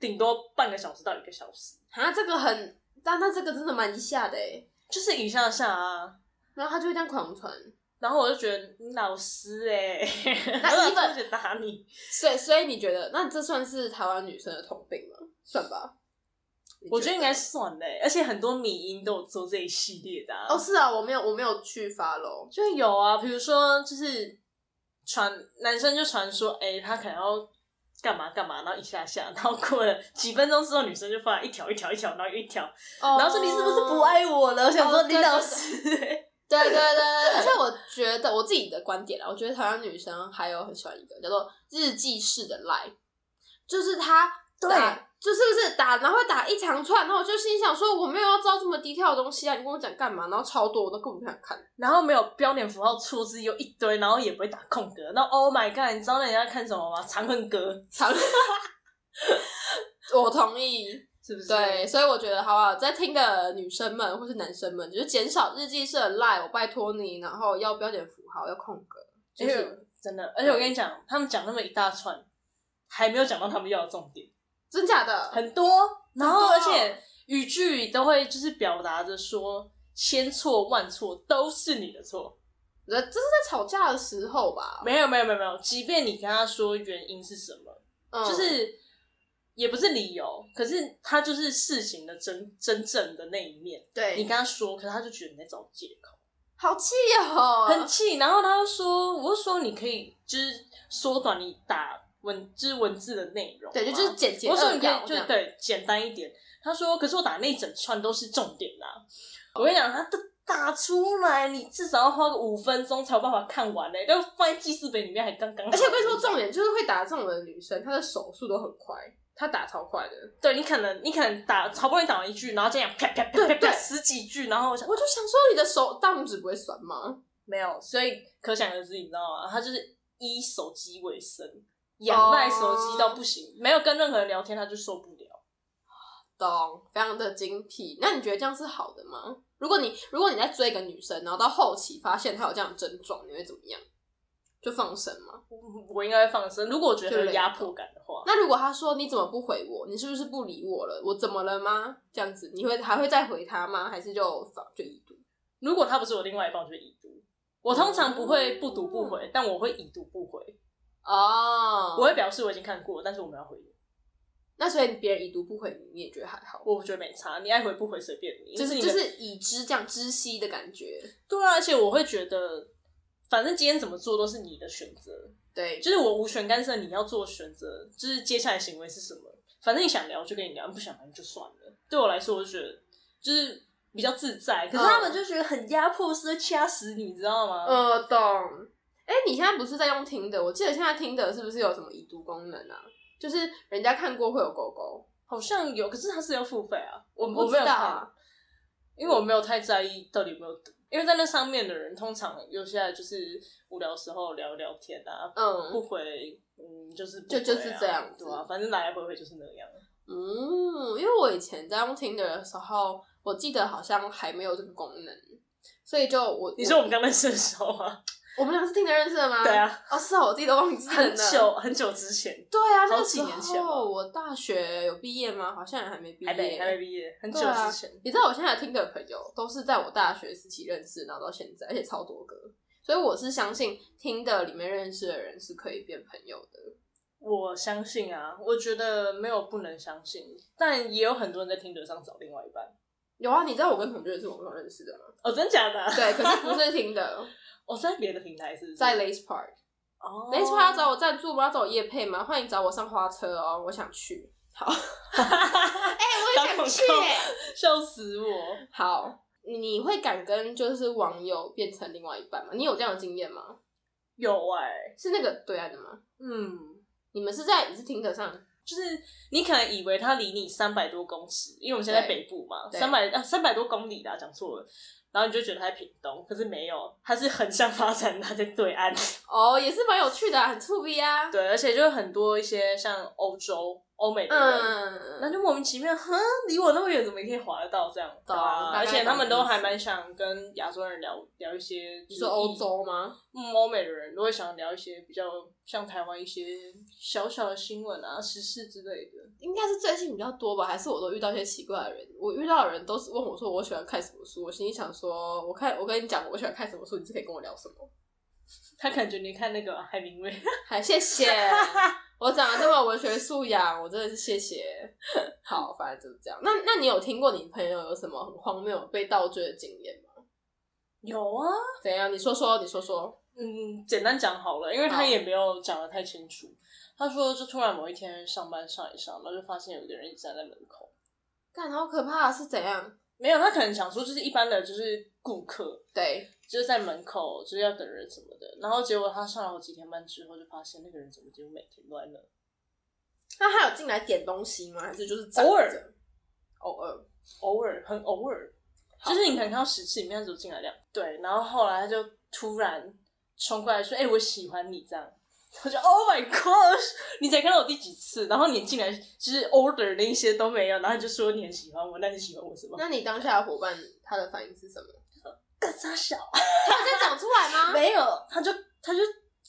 [SPEAKER 2] 顶多半个小时到一个小时，
[SPEAKER 1] 啊，这个很，但那这个真的蛮一下的哎。
[SPEAKER 2] 就是一下下啊。
[SPEAKER 1] 然后他就会这样狂传，
[SPEAKER 2] 然后我就觉得你老师哎、欸，
[SPEAKER 1] 那 even-
[SPEAKER 2] 就打你，
[SPEAKER 1] 所以所以你觉得那这算是台湾女生的通病吗？算吧，你
[SPEAKER 2] 我觉得应该算嘞、而且很多米音都有做这一系列的、啊、
[SPEAKER 1] 哦，是啊，我没有我没有去发喽。
[SPEAKER 2] 就有啊，比如说就是传男生就传说，哎、他可能要干嘛干嘛，然后一下下，然后过了几分钟之后，女生就发来一条一条一条，然后又一条，
[SPEAKER 1] 哦
[SPEAKER 2] 然后说你是不是不？爱我了？我想说
[SPEAKER 1] 哦
[SPEAKER 2] 你
[SPEAKER 1] 对
[SPEAKER 2] 老
[SPEAKER 1] 对
[SPEAKER 2] 师、欸，
[SPEAKER 1] 对对对对，而且我觉得我自己的观点啦，我觉得台湾女生还有很喜欢一个叫做日记式的 line，就是她
[SPEAKER 2] 对
[SPEAKER 1] 打。就是不是打，然后会打一长串，然后我就心想说我没有要知道这么低调的东西啊，你跟我讲干嘛？然后超多，我都根本不想看。
[SPEAKER 2] 然后没有标点符号错字又一堆，然后也不会打空格。那 Oh my god，你知道那人家看什么吗？长恨歌
[SPEAKER 1] 长，我同意。
[SPEAKER 2] 是不是？
[SPEAKER 1] 对，，所以我觉得好不好，在听的女生们或是男生们，就是减少日记式的 line，我拜托你，然后要标点符号，要空格，就
[SPEAKER 2] 就是是真的。而且我跟你讲，他们讲那么一大串，还没有讲到他们要的重点。
[SPEAKER 1] 真假的，
[SPEAKER 2] 很多，然
[SPEAKER 1] 很
[SPEAKER 2] 后而
[SPEAKER 1] 多
[SPEAKER 2] 且语句都会就是表达着说千错万错都是你的错，
[SPEAKER 1] 这这是在吵架的时候吧？
[SPEAKER 2] 没有没有没有没有，即便你跟他说原因是什么，
[SPEAKER 1] 嗯
[SPEAKER 2] 就是也不是理由，可是他就是事情的真真正的那一面，
[SPEAKER 1] 对
[SPEAKER 2] 你跟他说，可是他就觉得你在找借口，
[SPEAKER 1] 好气哦，
[SPEAKER 2] 很气。然后他就说，我就说你可以就是缩短你打文就是文字的内容嘛，
[SPEAKER 1] 对，就就是简洁
[SPEAKER 2] 我说
[SPEAKER 1] 扼
[SPEAKER 2] 你可
[SPEAKER 1] 要
[SPEAKER 2] 以
[SPEAKER 1] 这
[SPEAKER 2] 就
[SPEAKER 1] 样，
[SPEAKER 2] 对简单一点。他说，可是我打那一整串都是重点啦、我跟你讲，他打打出来，你至少要花个五分钟才有办法看完嘞、要放在记事本里面还刚刚好。
[SPEAKER 1] 而且我跟你说，重点就是会打这种的女生，她的手速都很快，她打超快的。
[SPEAKER 2] 对你可能你可能打好不容易打完一句，然后这样啪啪啪啪
[SPEAKER 1] 对
[SPEAKER 2] 啪十几句，然后我想
[SPEAKER 1] 我就想说，你的手大拇指不会酸吗？
[SPEAKER 2] 没有，所以可想而知，你知道吗？他就是以手机为生，仰赖手机到不行没有跟任何人聊天，他就受不了。
[SPEAKER 1] 懂，非常的精辟。那你觉得这样是好的吗？如果你如果你在追一个女生，然后到后期发现她有这样的症状，你会怎么样？就放生吗？
[SPEAKER 2] 我我应该会放生，如果我觉得他有压迫感的话，
[SPEAKER 1] 那如果她说你怎么不回我？你是不是不理我了？我怎么了吗？这样子你会还会再回她吗？还是就放就已读？
[SPEAKER 2] 如果他不是我另外一半，我就会已读。我通常不会不读不回，但我会已读不回，
[SPEAKER 1] 哦，
[SPEAKER 2] 我会表示我已经看过，但是我没有回你。
[SPEAKER 1] 那所以别人已读不回你，你也觉得还好，
[SPEAKER 2] 我觉得没差，你爱回不回随便你，
[SPEAKER 1] 就是
[SPEAKER 2] 你
[SPEAKER 1] 就
[SPEAKER 2] 的
[SPEAKER 1] 是已知这样知悉的感觉。
[SPEAKER 2] 对啊。而且我会觉得，反正今天怎么做都是你的选择，
[SPEAKER 1] 对，
[SPEAKER 2] 就是我无权干涉你要做选择，就是接下来行为是什么。反正你想聊就跟你聊，不想聊就算了。对我来说，我就觉得就是比较自在。可是他
[SPEAKER 1] 嗯
[SPEAKER 2] 们就觉得很压迫，是在掐死你，你知道吗？
[SPEAKER 1] 呃，懂。哎、你现在不是在用听的？我记得现在听的是不是有什么已读功能啊？就是人家看过会有勾勾，
[SPEAKER 2] 好像有，可是他是要付费啊。我
[SPEAKER 1] 不
[SPEAKER 2] 没
[SPEAKER 1] 知道
[SPEAKER 2] 有看
[SPEAKER 1] 啊，
[SPEAKER 2] 因为我没有太在意到底有没有读，因为在那上面的人通常有些来就是无聊的时候聊一聊天啊，
[SPEAKER 1] 嗯
[SPEAKER 2] 不回嗯就是不
[SPEAKER 1] 就
[SPEAKER 2] 回啊
[SPEAKER 1] 就是这样子
[SPEAKER 2] 对啊，反正来来回回就是那样。
[SPEAKER 1] 嗯，因为我以前在用听的的时候，我记得好像还没有这个功能，所以就我
[SPEAKER 2] 你说我们刚认识的时候吗？
[SPEAKER 1] 我们俩是听的认识的吗？
[SPEAKER 2] 对。啊，
[SPEAKER 1] 哦，是哦，我自己都忘记了
[SPEAKER 2] 很
[SPEAKER 1] 呢。
[SPEAKER 2] 久很久之前。
[SPEAKER 1] 对啊，那
[SPEAKER 2] 好
[SPEAKER 1] 个
[SPEAKER 2] 几
[SPEAKER 1] 时
[SPEAKER 2] 年前吧
[SPEAKER 1] 候我大学有毕业吗？好像还没毕业，
[SPEAKER 2] 还没还没毕业，很久
[SPEAKER 1] 对啊
[SPEAKER 2] 之前。
[SPEAKER 1] 你知道我现在听的朋友都是在我大学时期认识，然后到现在，而且超多个，所以我是相信听的里面认识的人是可以变朋友的。
[SPEAKER 2] 我相信啊，我觉得没有不能相信，但也有很多人在听得上找另外一半。
[SPEAKER 1] 有啊，你知道我跟同学是网上认识的吗？
[SPEAKER 2] 哦，真假的啊、
[SPEAKER 1] 对，可是不是听的，
[SPEAKER 2] 我、在别的平台是不是
[SPEAKER 1] 在 Lace Park。
[SPEAKER 2] 哦
[SPEAKER 1] Lace Park 要找我赞助吗？要找我夜配吗？欢迎找我上花车哦，我想去。 好，哎、我也想去、欸
[SPEAKER 2] 当广告 笑死我！
[SPEAKER 1] 好，你会敢跟就是网友变成另外一半吗？你有这样的经验吗？
[SPEAKER 2] 有哎、
[SPEAKER 1] 是那个对啊岸的吗？
[SPEAKER 2] 嗯，
[SPEAKER 1] 你们是在你是听得上
[SPEAKER 2] 就是你可能以为他离你三百多公尺，因为我们现在在
[SPEAKER 1] 对
[SPEAKER 2] 北部嘛，
[SPEAKER 1] 对
[SPEAKER 2] 三百啊三百多公里啦，讲错了。然后你就觉得他在屏东，可是没有，他是横向发展，他在对岸。
[SPEAKER 1] 哦，也是蛮有趣的、啊，很触鼻啊。
[SPEAKER 2] 对，而且就很多一些像欧洲、欧美的人，
[SPEAKER 1] 嗯，
[SPEAKER 2] 那就莫名其妙，哼，离我那么远，怎么也可以滑得到这样？
[SPEAKER 1] 懂
[SPEAKER 2] 啊
[SPEAKER 1] 大概
[SPEAKER 2] 而且他们
[SPEAKER 1] 懂
[SPEAKER 2] 都
[SPEAKER 1] 意思
[SPEAKER 2] 还蛮想跟亚洲人聊聊一些，
[SPEAKER 1] 你说欧，洲吗？
[SPEAKER 2] 嗯，欧美的人都会想聊一些比较像台湾一些小小的新闻啊、时事之类的。
[SPEAKER 1] 应该是最近比较多吧，还是我都遇到一些奇怪的人？我遇到的人都是问我说我喜欢看什么书，我心里想说，我看我跟你讲我喜欢看什么书，你是可以跟我聊什么？
[SPEAKER 2] 他感觉你看那个海明威，
[SPEAKER 1] 还谢 谢我长得这么有文学素养，我真的是谢谢。好，反正就是这样。那那你有听过你朋友有什么很荒谬被倒追的经验吗？
[SPEAKER 2] 有啊，
[SPEAKER 1] 怎样？你说说，你说说。
[SPEAKER 2] 嗯，简单讲好了，因为他
[SPEAKER 1] 好
[SPEAKER 2] 也没有讲的太清楚。他说，就突然某一天上班上一上，然后就发现有一个人一直站在门口。
[SPEAKER 1] 干，好可怕，是怎样？
[SPEAKER 2] 没有，他可能想说，就是一般的就是顾客，
[SPEAKER 1] 对，
[SPEAKER 2] 就是在门口就是要等人什么的，然后结果他上了好几天班之后，就发现那个人怎么几乎每天都在那，
[SPEAKER 1] 那他有进来点东西吗？还是就是站着
[SPEAKER 2] 偶尔？
[SPEAKER 1] 偶尔。
[SPEAKER 2] 偶尔很偶尔，就是你可能看到十次里面他只有进来两对，然后后来他就突然冲过来说：“哎、我喜欢你。”这样， 我就 Oh my gosh！你才看到我第几次，然后你进来就是 order 那一些都没有，然后你就说你很喜欢我，那你喜欢我什么？
[SPEAKER 1] 那你当下的伙伴他的反应是什么？
[SPEAKER 2] 干啥小？
[SPEAKER 1] 他有在讲出来吗？
[SPEAKER 2] 没有，他就他就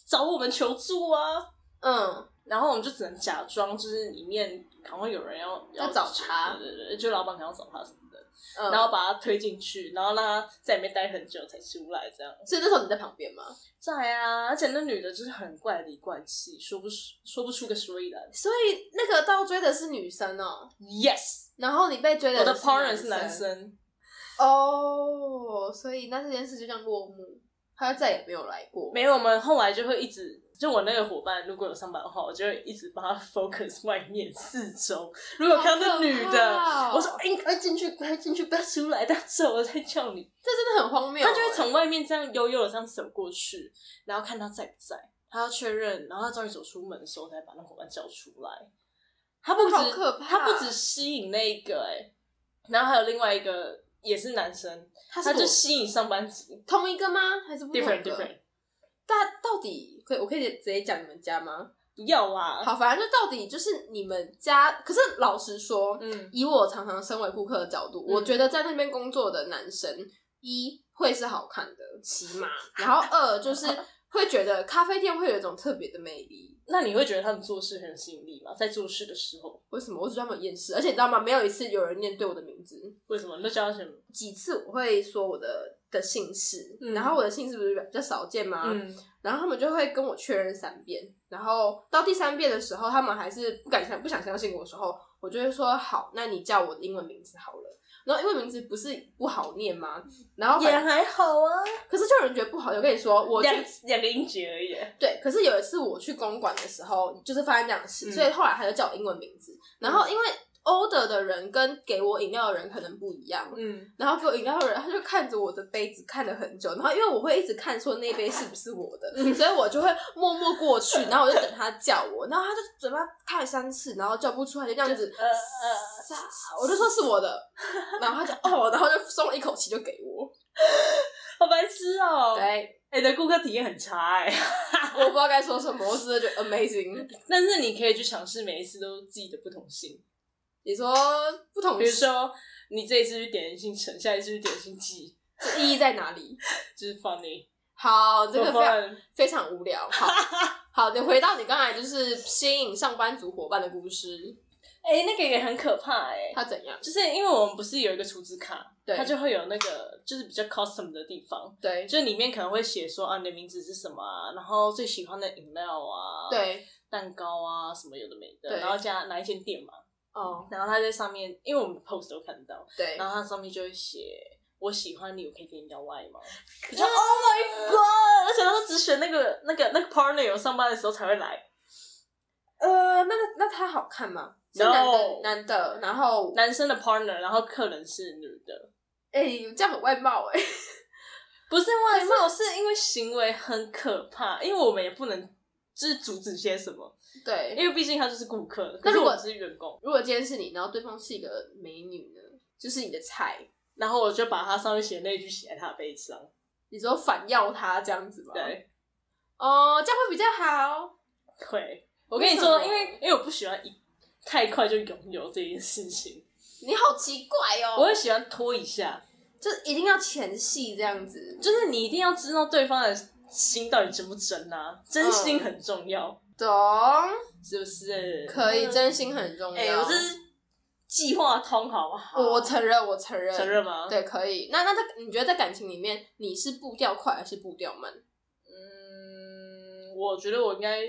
[SPEAKER 2] 找我们求助啊。
[SPEAKER 1] 嗯，
[SPEAKER 2] 然后我们就只能假装就是里面好像有人要
[SPEAKER 1] 要
[SPEAKER 2] 要
[SPEAKER 1] 找他
[SPEAKER 2] 对对对，就老板可能要找他什么的，
[SPEAKER 1] 嗯
[SPEAKER 2] 然后把他推进去，然后让他在里面待很久才出来，这样
[SPEAKER 1] 所以那时候你在旁边吗？
[SPEAKER 2] 在啊，而且那女的就是很怪里怪气，说不出说不出个所以然。
[SPEAKER 1] 所以那个倒追的是女生哦、
[SPEAKER 2] Yes，
[SPEAKER 1] 然后你被追
[SPEAKER 2] 我
[SPEAKER 1] 的
[SPEAKER 2] 的
[SPEAKER 1] 是
[SPEAKER 2] partner 是男
[SPEAKER 1] 男，
[SPEAKER 2] 生，
[SPEAKER 1] 哦，所以那这件事就这样落幕，他就再也没有来过。
[SPEAKER 2] 没有，我们后来就会一直，就我那个伙伴如果有上班的话，我就会一直帮他 focus 外面四周。如果看到那女
[SPEAKER 1] 好可
[SPEAKER 2] 的，
[SPEAKER 1] 怕哦
[SPEAKER 2] 我说：“哎、你快进去，快进去，不要出来，到时候我再叫你。
[SPEAKER 1] 这真的很荒”谬欸、
[SPEAKER 2] 他就会从外面这样悠悠的这样走过去，然后看他在不在，他要确认，然后他终于走出门的时候，才把那伙伴叫出来。他不止，
[SPEAKER 1] 好可怕
[SPEAKER 2] 他不止吸引那一个、哎，然后还有另外一个也是男生，
[SPEAKER 1] 他
[SPEAKER 2] 他
[SPEAKER 1] 是
[SPEAKER 2] 就
[SPEAKER 1] 我
[SPEAKER 2] 吸引上班族
[SPEAKER 1] 同一个吗？还是不同
[SPEAKER 2] ，different
[SPEAKER 1] 个
[SPEAKER 2] different，
[SPEAKER 1] 但到底可以，我可以直接讲你们家吗？
[SPEAKER 2] 不要啊啦，
[SPEAKER 1] 好，反正就到底就是你们家。可是老实说，
[SPEAKER 2] 嗯，
[SPEAKER 1] 以我常常身为顾客的角度，我
[SPEAKER 2] 嗯
[SPEAKER 1] 觉得在那边工作的男生，一会是好看的，起码，然后二就是会觉得咖啡店会有一种特别的魅力。
[SPEAKER 2] 那你会觉得他们做事很有吸引力吗？在做事的时候，
[SPEAKER 1] 为什么？我只对他们有厌世，而且你知道吗？没有一次有人念对我的名字，
[SPEAKER 2] 为什么？那叫他什么？
[SPEAKER 1] 几次我会说我的的姓氏，
[SPEAKER 2] 嗯
[SPEAKER 1] 然后我的姓氏不是比较少见吗？
[SPEAKER 2] 嗯，
[SPEAKER 1] 然后他们就会跟我确认三遍，然后到第三遍的时候，他们还是不敢相不想相信我的时候，我就会说好，那你叫我的英文名字好了。然后英文名字不是不好念吗？然后
[SPEAKER 2] 也
[SPEAKER 1] 反
[SPEAKER 2] 还好啊，
[SPEAKER 1] 可是就有人觉得不好，我跟你说，我去
[SPEAKER 2] 两两个音节而已。
[SPEAKER 1] 对，可是有一次我去公馆的时候，就是发生这样的事，
[SPEAKER 2] 嗯
[SPEAKER 1] 所以后来他就叫我英文名字。然后因为 order 的人跟给我饮料的人可能不一样，
[SPEAKER 2] 嗯，
[SPEAKER 1] 然后给我饮料的人，他就看着我的杯子看了很久，然后因为我会一直看说那杯是不是我
[SPEAKER 2] 嗯
[SPEAKER 1] 的，所以我就会默默过去，然后我就等他叫我，然后他就嘴巴开了三次，然后叫不出来，就这样子，
[SPEAKER 2] 呃呃，
[SPEAKER 1] 傻我就说是我 的，然后他就哦，然后就松了一口气就给我，
[SPEAKER 2] 好白痴哦、哎，
[SPEAKER 1] 对，
[SPEAKER 2] 你的顾客体验很差哎、
[SPEAKER 1] 我不知道该说什么，我只是觉得 amazing。
[SPEAKER 2] 但是你可以去尝试每一次都自己的不同性，
[SPEAKER 1] 你说不同
[SPEAKER 2] 比如说你这一次去点心城，下一次去点心记，
[SPEAKER 1] 这意义在哪里？
[SPEAKER 2] 就是 funny。
[SPEAKER 1] 好，哦这个非常
[SPEAKER 2] 常
[SPEAKER 1] 非常无聊。好，好，你回到你刚才就是吸引上班族伙伴的故事，
[SPEAKER 2] 哎、那个也很可怕哎、
[SPEAKER 1] 他怎样？
[SPEAKER 2] 就是因为我们不是有一个储值卡，
[SPEAKER 1] 对
[SPEAKER 2] 它就会有那个就是比较 custom 的地方，
[SPEAKER 1] 对
[SPEAKER 2] 就里面可能会写说啊你的名字是什么啊，然后最喜欢的饮料啊，，
[SPEAKER 1] 对，
[SPEAKER 2] 蛋糕啊什么有的没的，
[SPEAKER 1] 对
[SPEAKER 2] 然后加哪一间店嘛，
[SPEAKER 1] 哦，
[SPEAKER 2] 然后它在上面，因为我们 post 都看到，
[SPEAKER 1] 对
[SPEAKER 2] 然，后它上面就会写我喜欢你，我可以给你叫外吗？
[SPEAKER 1] 比
[SPEAKER 2] 我就 Oh my god！而且啊他都只选那个那个那个 partner 有上班的时候才会来，
[SPEAKER 1] 呃，那个那他好看吗？是男的
[SPEAKER 2] No
[SPEAKER 1] 男的，然后
[SPEAKER 2] 男生的 partner，然后客人是女的，
[SPEAKER 1] 哎，这样很外貌哎，
[SPEAKER 2] 不是外貌，是因为行为很可怕，因为我们也不能就是阻止些什么，
[SPEAKER 1] 对。
[SPEAKER 2] 因为毕竟他就是顾客，
[SPEAKER 1] 那
[SPEAKER 2] 可是
[SPEAKER 1] 如果
[SPEAKER 2] 我只是员工，
[SPEAKER 1] 如果今天是你，然后对方是一个美女呢，就是你的菜，
[SPEAKER 2] 然后我就把他上面写的那句写在他的背上，
[SPEAKER 1] 你说反要她这样子吗？，
[SPEAKER 2] 对，
[SPEAKER 1] 哦，这样会比较好。
[SPEAKER 2] 会，我跟你说，
[SPEAKER 1] 为什么
[SPEAKER 2] 因为因为我不喜欢一太快就拥有这件事情，
[SPEAKER 1] 你好奇怪哦，
[SPEAKER 2] 我会喜欢拖一下，
[SPEAKER 1] 就是一定要前戏这样子，
[SPEAKER 2] 就是你一定要知道对方的心到底真不真啊，真
[SPEAKER 1] 嗯
[SPEAKER 2] 心很重要，
[SPEAKER 1] 懂？
[SPEAKER 2] 是不是？
[SPEAKER 1] 可以，真心很重要。
[SPEAKER 2] 嗯哎、我这是计划通好不好？
[SPEAKER 1] 我我承认，我承认，
[SPEAKER 2] 承认吗？。
[SPEAKER 1] 对，可以。那那在你觉得在感情里面，你是步调快还是步调慢？
[SPEAKER 2] 嗯，我觉得我应该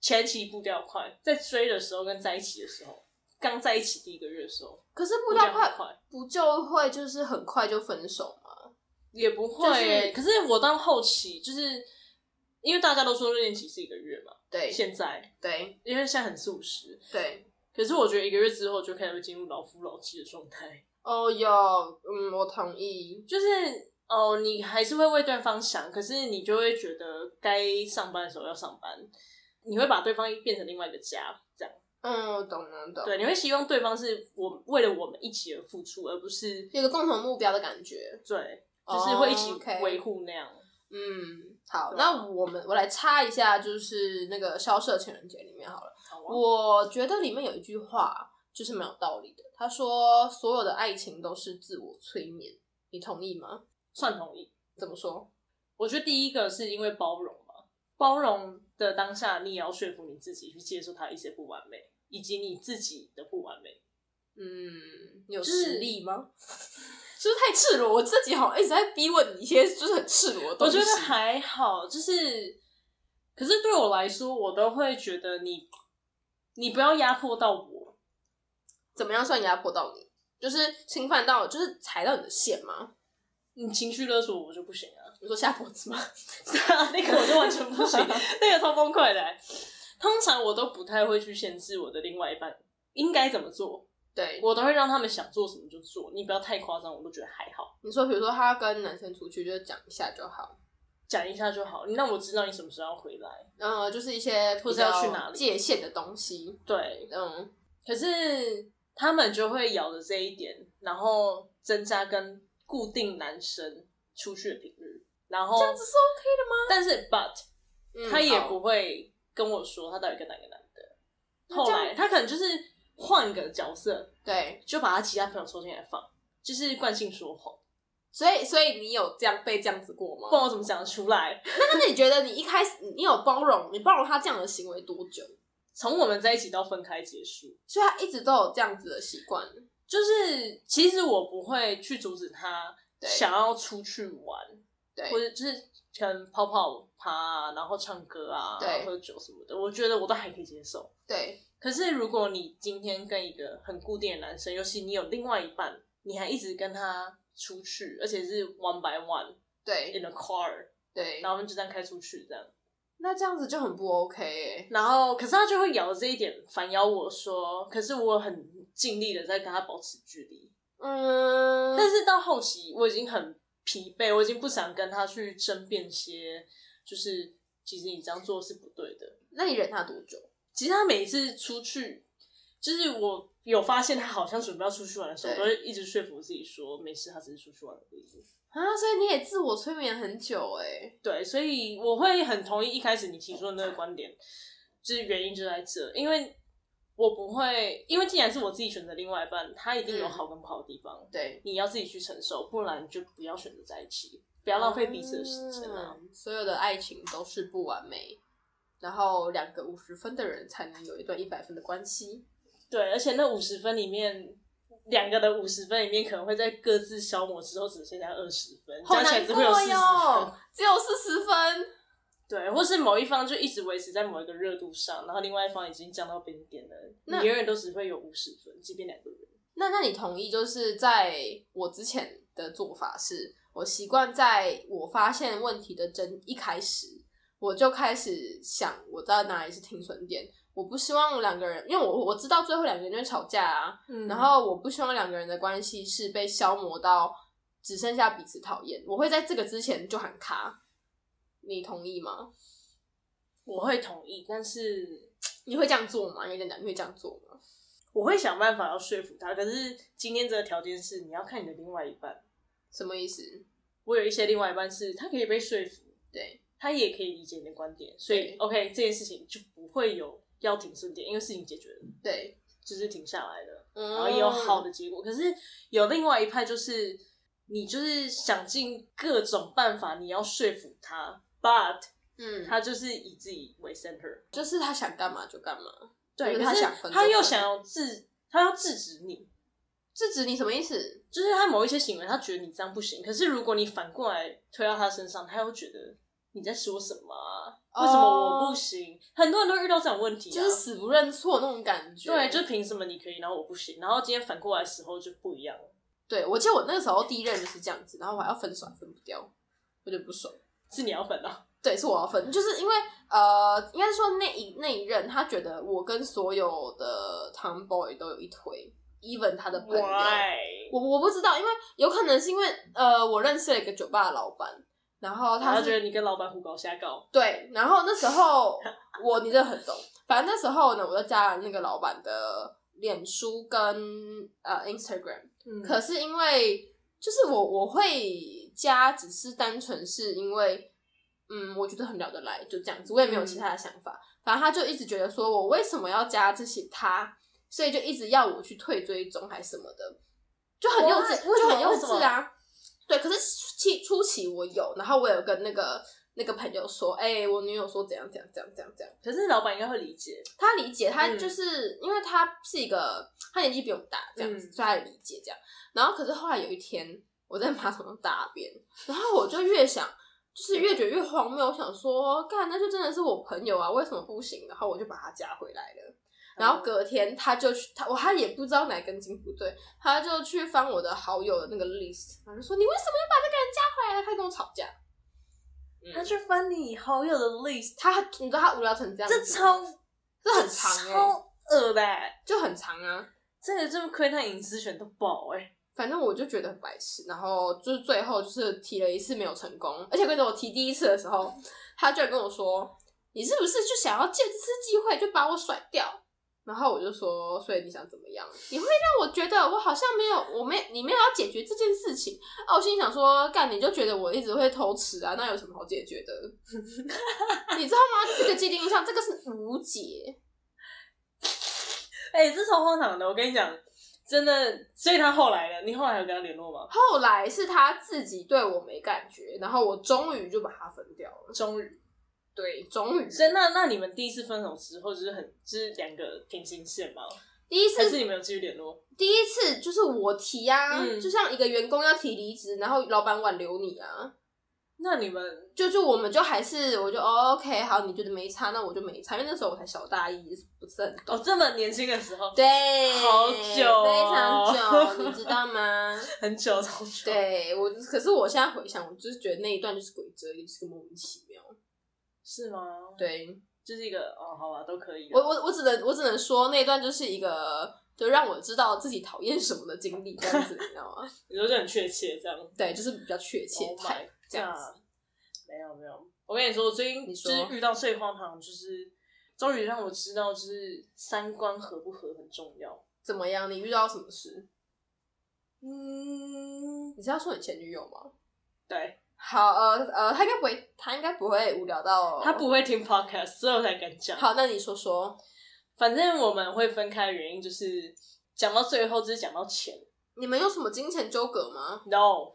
[SPEAKER 2] 前期步调快，在追的时候跟在一起的时候，刚在一起第一个月的时候，
[SPEAKER 1] 可是步调
[SPEAKER 2] 快
[SPEAKER 1] 快不就会就是很快就分手吗？
[SPEAKER 2] 也不会欸、可是我到后期就是因为大家都说热恋期是一个月嘛，
[SPEAKER 1] 对
[SPEAKER 2] 现在
[SPEAKER 1] 对
[SPEAKER 2] 因为现在很速食，
[SPEAKER 1] 对。
[SPEAKER 2] 可是我觉得一个月之后就开始会进入老夫老妻的状态，
[SPEAKER 1] 哦哟，嗯，我同意。
[SPEAKER 2] 就是。哦，你还是会为对方想，可是你就会觉得该上班的时候要上班，你会把对方变成另外一个家，这样。
[SPEAKER 1] 嗯，我懂懂懂。，
[SPEAKER 2] 对，你会希望对方是我为了我们一起而付出，而不是
[SPEAKER 1] 有个共同目标的感觉。
[SPEAKER 2] 对，就是会一起
[SPEAKER 1] 哦，OK
[SPEAKER 2] 维护那样。
[SPEAKER 1] 嗯，好，
[SPEAKER 2] 对
[SPEAKER 1] 那我们我来插一下，就是那个《萧瑟情人节》里面好了。
[SPEAKER 2] 好啊
[SPEAKER 1] 我觉得里面有一句话就是蛮有道理的，他说所有的爱情都是自我催眠，你同意吗？
[SPEAKER 2] 算同意。
[SPEAKER 1] 怎么说？
[SPEAKER 2] 我觉得第一个是因为包容嘛，包容的当下，你也要说服你自己去接受他一些不完美，以及你自己的不完美。
[SPEAKER 1] 嗯，你有
[SPEAKER 2] 就是
[SPEAKER 1] 实力吗？ 是不是太赤裸？我自己好像一直在逼问你一些就是很赤裸的东
[SPEAKER 2] 我
[SPEAKER 1] 西。
[SPEAKER 2] 觉得还好，就是，可是对我来说，我都会觉得你，你不要压迫到我。
[SPEAKER 1] 怎么样算压迫到你？就是侵犯到，就是踩到你的线吗？
[SPEAKER 2] 你情绪勒索我就不行啊，
[SPEAKER 1] 比 如说下脖子 吗？
[SPEAKER 2] 对啊，那个我就完全不行，那个超崩溃的欸。通常我都不太会去限制我的另外一半应该怎么做，
[SPEAKER 1] 对，
[SPEAKER 2] 我都会让他们想做什么就做，你不要太夸张，我都觉得还好，
[SPEAKER 1] 你说比如说他跟男生出去，就是讲一下就好，
[SPEAKER 2] 讲一下就好，你让我知道你什么时候要回来。
[SPEAKER 1] 嗯，就是一些
[SPEAKER 2] 或者要去哪里
[SPEAKER 1] 比较界限的东西，
[SPEAKER 2] 对，
[SPEAKER 1] 嗯，
[SPEAKER 2] 可是他们就会咬着这一点，然后增加跟固定男生出去的频率，然后
[SPEAKER 1] 这样子是 OK 的吗？
[SPEAKER 2] 但是 but
[SPEAKER 1] 嗯
[SPEAKER 2] 他也
[SPEAKER 1] 好
[SPEAKER 2] 不会跟我说他到底跟哪个男的。
[SPEAKER 1] 那
[SPEAKER 2] 后
[SPEAKER 1] 这样
[SPEAKER 2] 来他可能就是换个角色，
[SPEAKER 1] 对，
[SPEAKER 2] 就把他其他朋友抽进来放，就是惯性说谎，
[SPEAKER 1] 所以所以你有这样被这样子过
[SPEAKER 2] 不然
[SPEAKER 1] 吗？
[SPEAKER 2] 我怎么讲得出来？
[SPEAKER 1] 那那你觉得你一开始你有包容，你包容他这样的行为多久？
[SPEAKER 2] 从我们在一起到分开结束，
[SPEAKER 1] 所以他一直都有这样子的习惯，
[SPEAKER 2] 就是其实我不会去阻止他
[SPEAKER 1] 对
[SPEAKER 2] 想要出去玩，
[SPEAKER 1] 对
[SPEAKER 2] 或，者就是可能跑跑趴啊，然后唱歌啊，
[SPEAKER 1] 对
[SPEAKER 2] 喝酒什么的，我觉得我都还可以接受。
[SPEAKER 1] 对，
[SPEAKER 2] 可是如果你今天跟一个很固定的男生，尤其你有另外一半，你还一直跟他出去，而且是 one by one
[SPEAKER 1] 对，
[SPEAKER 2] in a car，
[SPEAKER 1] 对
[SPEAKER 2] 然，后我们就这样开出去这样，
[SPEAKER 1] 那这样子就很不 OK 哎、
[SPEAKER 2] 然后可是他就会咬着这一点反咬我说，可是我很尽力的在跟他保持距离，
[SPEAKER 1] 嗯，
[SPEAKER 2] 但是到后期我已经很疲惫，我已经不想跟他去争辩些，就是其实你这样做是不对的。
[SPEAKER 1] 那你忍他多久？
[SPEAKER 2] 其实他每一次出去，就是我有发现他好像准备要出去玩的时候，我
[SPEAKER 1] 对
[SPEAKER 2] 都会一直说服自己说没事，他只是出去玩而已。
[SPEAKER 1] 啊，所以你也自我催眠很久哎、
[SPEAKER 2] 对，所以我会很同意一开始你提出的那个观点，就是原因就在这，因为我不会，因为既然是我自己选择另外一半，他一定有
[SPEAKER 1] 嗯
[SPEAKER 2] 好跟不好的地方，
[SPEAKER 1] 对，
[SPEAKER 2] 你要自己去承受，不然就不要选择在一起，不要浪费彼此的时间啊。
[SPEAKER 1] 嗯所有的爱情都是不完美，然后两个五十分的人才能有一段一百分的关系。
[SPEAKER 2] 对，而且那五十分里面，两个的五十分里面可能会在各自消磨之后只剩下二十分，
[SPEAKER 1] 好
[SPEAKER 2] 加起来
[SPEAKER 1] 难
[SPEAKER 2] 只
[SPEAKER 1] 过
[SPEAKER 2] 会有四十分
[SPEAKER 1] 哟。，只有四十分。
[SPEAKER 2] 对，或是某一方就一直维持在某一个热度上，然后另外一方已经降到冰点了，你
[SPEAKER 1] 那
[SPEAKER 2] 永远都只会有五十分，即便两个人。
[SPEAKER 1] 那那你同意，就是在我之前的做法是，我习惯在我发现问题的真一开始，我就开始想我在哪里是停损点。我不希望两个人，因为我我知道最后两个人就会吵架啊，
[SPEAKER 2] 嗯
[SPEAKER 1] 然后我不希望两个人的关系是被消磨到只剩下彼此讨厌，我会在这个之前就喊卡。你同意吗？
[SPEAKER 2] 我会同意，但是
[SPEAKER 1] 你会这样做吗？有点难，你会这样做吗？
[SPEAKER 2] 我会想办法要说服他。可是今天这个条件是你要看你的另外一半，
[SPEAKER 1] 什么意思？
[SPEAKER 2] 我有一些另外一半是他可以被说服，
[SPEAKER 1] 对
[SPEAKER 2] 他也可以理解你的观点，所以
[SPEAKER 1] 对
[SPEAKER 2] OK 这件事情就不会有要停损点，因为事情解决了，
[SPEAKER 1] 对，嗯
[SPEAKER 2] 就是停下来了，
[SPEAKER 1] 然
[SPEAKER 2] 然后也有哎好的结果。可是有另外一派就是你就是想尽各种办法，你要说服他，but
[SPEAKER 1] 嗯，
[SPEAKER 2] 他就是以自己为 center，
[SPEAKER 1] 就是他想干嘛就干嘛，
[SPEAKER 2] 对，
[SPEAKER 1] 就是
[SPEAKER 2] 可
[SPEAKER 1] 他
[SPEAKER 2] 是
[SPEAKER 1] 想分就
[SPEAKER 2] 他又
[SPEAKER 1] 分
[SPEAKER 2] 想要制，他要制止你。
[SPEAKER 1] 制止你什么意思？
[SPEAKER 2] 就是他某一些行为，他觉得你这样不行。可是如果你反过来推到他身上，他又觉得你在说什么啊、
[SPEAKER 1] 哦
[SPEAKER 2] 为什么我不行？很多人都遇到这种问题、啊，
[SPEAKER 1] 就是死不认错那种感觉。
[SPEAKER 2] 对，就凭什么你可以，然后我不行？然后今天反过来的时候就不一样了，
[SPEAKER 1] 对我记得我那个时候第一任就是这样子，然后我还要分手，还分不掉，我就不爽。
[SPEAKER 2] 是你要反啊。
[SPEAKER 1] 对，是我要分，就是因为呃，应该是说那一那一任他觉得我跟所有的 Tomboy 都有一腿，even 他的朋友，
[SPEAKER 2] Why？
[SPEAKER 1] 我我不知道，因为有可能是因为呃，我认识了一个酒吧的老板，然后
[SPEAKER 2] 他
[SPEAKER 1] 他
[SPEAKER 2] 觉
[SPEAKER 1] 是
[SPEAKER 2] 得你跟老板胡搞瞎搞，
[SPEAKER 1] 对，然后那时候我你真的很懂，反正那时候呢，我就加了那个老板的脸书跟呃 Instagram，
[SPEAKER 2] 嗯
[SPEAKER 1] 可是因为就是我我会加，只是单纯是因为，嗯，我觉得很聊得来，就这样子，我也没有
[SPEAKER 2] 嗯
[SPEAKER 1] 其他的想法。反正他就一直觉得说我为什么要加这些他，所以就一直要我去退追踪还是什么的，就很幼稚，
[SPEAKER 2] 哇为什
[SPEAKER 1] 就
[SPEAKER 2] 么
[SPEAKER 1] 很幼
[SPEAKER 2] 为什么
[SPEAKER 1] 稚啊。对，可是期初期我有，然后我有跟那个那个朋友说，哎、我女友说怎样怎样怎样怎样怎样，
[SPEAKER 2] 可是老板应该会理解，
[SPEAKER 1] 他理解，他
[SPEAKER 2] 嗯
[SPEAKER 1] 就是、因为他是一个他年纪比我们大这样子，
[SPEAKER 2] 嗯
[SPEAKER 1] 所以他也理解这样。然后可是后来有一天，我在马桶上大便，然后我就越想，就是越觉得越荒谬，我想说，干那就真的是我朋友啊，为什么不行？然后我就把他加回来了。然
[SPEAKER 2] 嗯
[SPEAKER 1] 后隔天他就去，他我他也不知道哪根筋不对，他就去翻我的好友的那个 list，然后就说你为什么要把这个人加回来？他跟我吵架，
[SPEAKER 2] 他去翻你好友的 list，
[SPEAKER 1] 他你知道他无聊成这样子
[SPEAKER 2] 这
[SPEAKER 1] 吗，
[SPEAKER 2] 超
[SPEAKER 1] 这很长哎、
[SPEAKER 2] 超恶的欸、
[SPEAKER 1] 就很长啊。
[SPEAKER 2] 这个就是窥探隐私权的宝哎、
[SPEAKER 1] 反正我就觉得很白痴，然后就是最后就是提了一次没有成功，而且跟着我提第一次的时候，他居然跟我说：“你是不是就想要借这次机会就把我甩掉？”然后我就说：“所以你想怎么样？你会让我觉得我好像没有，我没你没有要解决这件事情啊！”我心里想说：“干，你就觉得我一直会偷吃啊，那有什么好解决的？ 你知道吗？这个既定印象，这个是无解。
[SPEAKER 2] 哎、这超荒唐的，我跟你讲，真的。所以他后来呢？你后来有跟他联络吗？
[SPEAKER 1] 后来是他自己对我没感觉，然后我终于就把他分掉了。
[SPEAKER 2] 终于。
[SPEAKER 1] 对，终于。
[SPEAKER 2] 所以那那你们第一次分手之后，就是很就是两个平行线吗？
[SPEAKER 1] 第一
[SPEAKER 2] 还
[SPEAKER 1] 次
[SPEAKER 2] 是你们有继续联络？
[SPEAKER 1] 第一次就是我提啊，
[SPEAKER 2] 嗯
[SPEAKER 1] 就像一个员工要提离职，然后老板挽留你啊，
[SPEAKER 2] 那你们
[SPEAKER 1] 就就我们就还是我就、哦、OK 好，你觉得没差，那我就没差，因为那时候我才小大一，不是很懂。
[SPEAKER 2] 哦这么年轻的时候，
[SPEAKER 1] 对，
[SPEAKER 2] 好久哦
[SPEAKER 1] 非常久，你知道 吗？
[SPEAKER 2] 很久超久。，
[SPEAKER 1] 对我，可是我现在回想，我就是觉得那一段就是鬼遮，也是个莫名其妙。
[SPEAKER 2] 是吗？，
[SPEAKER 1] 对
[SPEAKER 2] 就是一个哦，好吧，都可以啊。
[SPEAKER 1] 我，我我只能我只能说那一段就是一个，就让我知道自己讨厌什么的经历，这样子，你知道吗？
[SPEAKER 2] 你说就很确切这样。
[SPEAKER 1] 对，就是比较确切
[SPEAKER 2] Oh my
[SPEAKER 1] 太这样子。
[SPEAKER 2] 没有没有，我跟你说，我最近
[SPEAKER 1] 你
[SPEAKER 2] 就
[SPEAKER 1] 说
[SPEAKER 2] 是遇到最荒唐，就是终于让我知道，就是三观合不合很重要。
[SPEAKER 1] 怎么样？你遇到什么事？
[SPEAKER 2] 嗯，
[SPEAKER 1] 你是要说你前女友吗？
[SPEAKER 2] 对
[SPEAKER 1] 好，呃呃，他应该不会，他应该不会无聊到
[SPEAKER 2] 他不会听 podcast，所以我才敢讲。
[SPEAKER 1] 哦好。那你说说，
[SPEAKER 2] 反正我们会分开的原因就是讲到最后，就是讲到钱。
[SPEAKER 1] 你们有什么金钱纠葛吗？
[SPEAKER 2] No，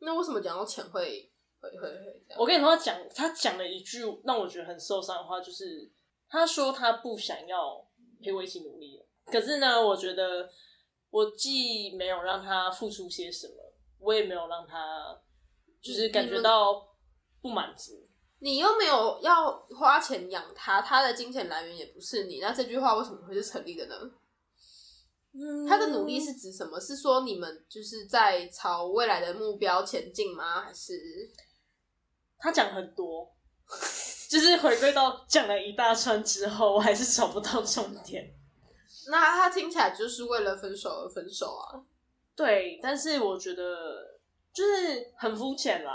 [SPEAKER 1] 那为什么讲到钱会会会会这样？
[SPEAKER 2] 我跟你说，他讲他讲了一句让我觉得很受伤的话，就是他说他不想要陪我一起努力了。可是呢，我觉得我既没有让他付出些什么，我也没有让他就是感觉到不满足。
[SPEAKER 1] 你又没有要花钱养他，他的金钱来源也不是你，那这句话为什么会是成立的呢？
[SPEAKER 2] 嗯
[SPEAKER 1] 他的努力是指什么？是说你们就是在朝未来的目标前进吗？还是
[SPEAKER 2] 他讲很多， 就是回归到讲了一大串之后，我还是找不到重点。
[SPEAKER 1] 那他听起来就是为了分手而分手啊？
[SPEAKER 2] 对，但是我觉得就是很肤浅啦。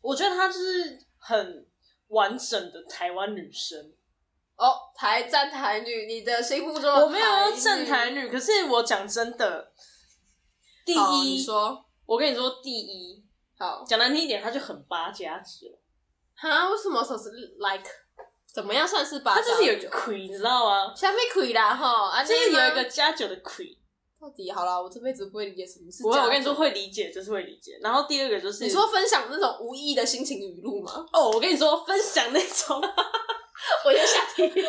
[SPEAKER 2] 我觉得她就是很完整的台湾女生，
[SPEAKER 1] 哦，台站台女，你的心目中的
[SPEAKER 2] 我没有要正台
[SPEAKER 1] 哦女。
[SPEAKER 2] 女，可是我讲真的，第
[SPEAKER 1] 好你
[SPEAKER 2] 一，
[SPEAKER 1] 说
[SPEAKER 2] 我跟你说，第一，
[SPEAKER 1] 好
[SPEAKER 2] 讲难听一点，她就很八加九，
[SPEAKER 1] 哈？为什么说是 like 怎么样算是八
[SPEAKER 2] 她
[SPEAKER 1] 加
[SPEAKER 2] 就
[SPEAKER 1] 九？
[SPEAKER 2] 是有一个亏，你知道吗？
[SPEAKER 1] 下面可以啦哈，啊，
[SPEAKER 2] 就是有
[SPEAKER 1] 那
[SPEAKER 2] 一个加九的亏。
[SPEAKER 1] 到底好了，我这辈子不会理解什么是。
[SPEAKER 2] 不会，我跟你说，会理解，就是会理解。然后第二个就是
[SPEAKER 1] 你说分享那种无意义的心情语录 吗？
[SPEAKER 2] 哦，我跟你说，分享那种
[SPEAKER 1] 我就想听。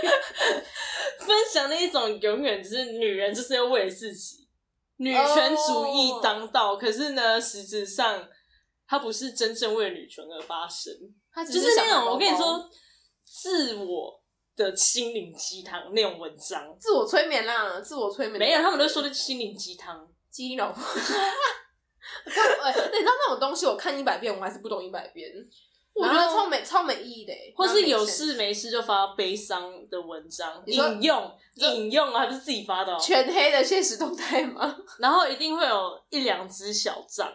[SPEAKER 2] 分享那一种永远就是女人就是要为了自己，女权主义当道。可是呢，实质上她不是真正为了女权而发声，
[SPEAKER 1] 他只
[SPEAKER 2] 就是
[SPEAKER 1] 想
[SPEAKER 2] 那
[SPEAKER 1] 当
[SPEAKER 2] 种我跟你
[SPEAKER 1] 宝宝
[SPEAKER 2] 说，自我的心灵鸡汤那种文章。
[SPEAKER 1] 自我催眠啦，自我催眠。
[SPEAKER 2] 没有，他们都说的是心灵鸡汤。
[SPEAKER 1] 基因 老婆。哎，你知道那种东西，我看一百遍，我还是不懂一百遍。我觉得
[SPEAKER 2] 然后
[SPEAKER 1] 超没超没意义的欸，
[SPEAKER 2] 或
[SPEAKER 1] 哪
[SPEAKER 2] 是
[SPEAKER 1] 没
[SPEAKER 2] 有
[SPEAKER 1] sense
[SPEAKER 2] 事没事就发悲伤的文章，
[SPEAKER 1] 你说
[SPEAKER 2] 引用
[SPEAKER 1] 你说
[SPEAKER 2] 引用啊，还不是自己发的、哦。
[SPEAKER 1] 全黑的现实动态吗？
[SPEAKER 2] 然后一定会有一两只小账，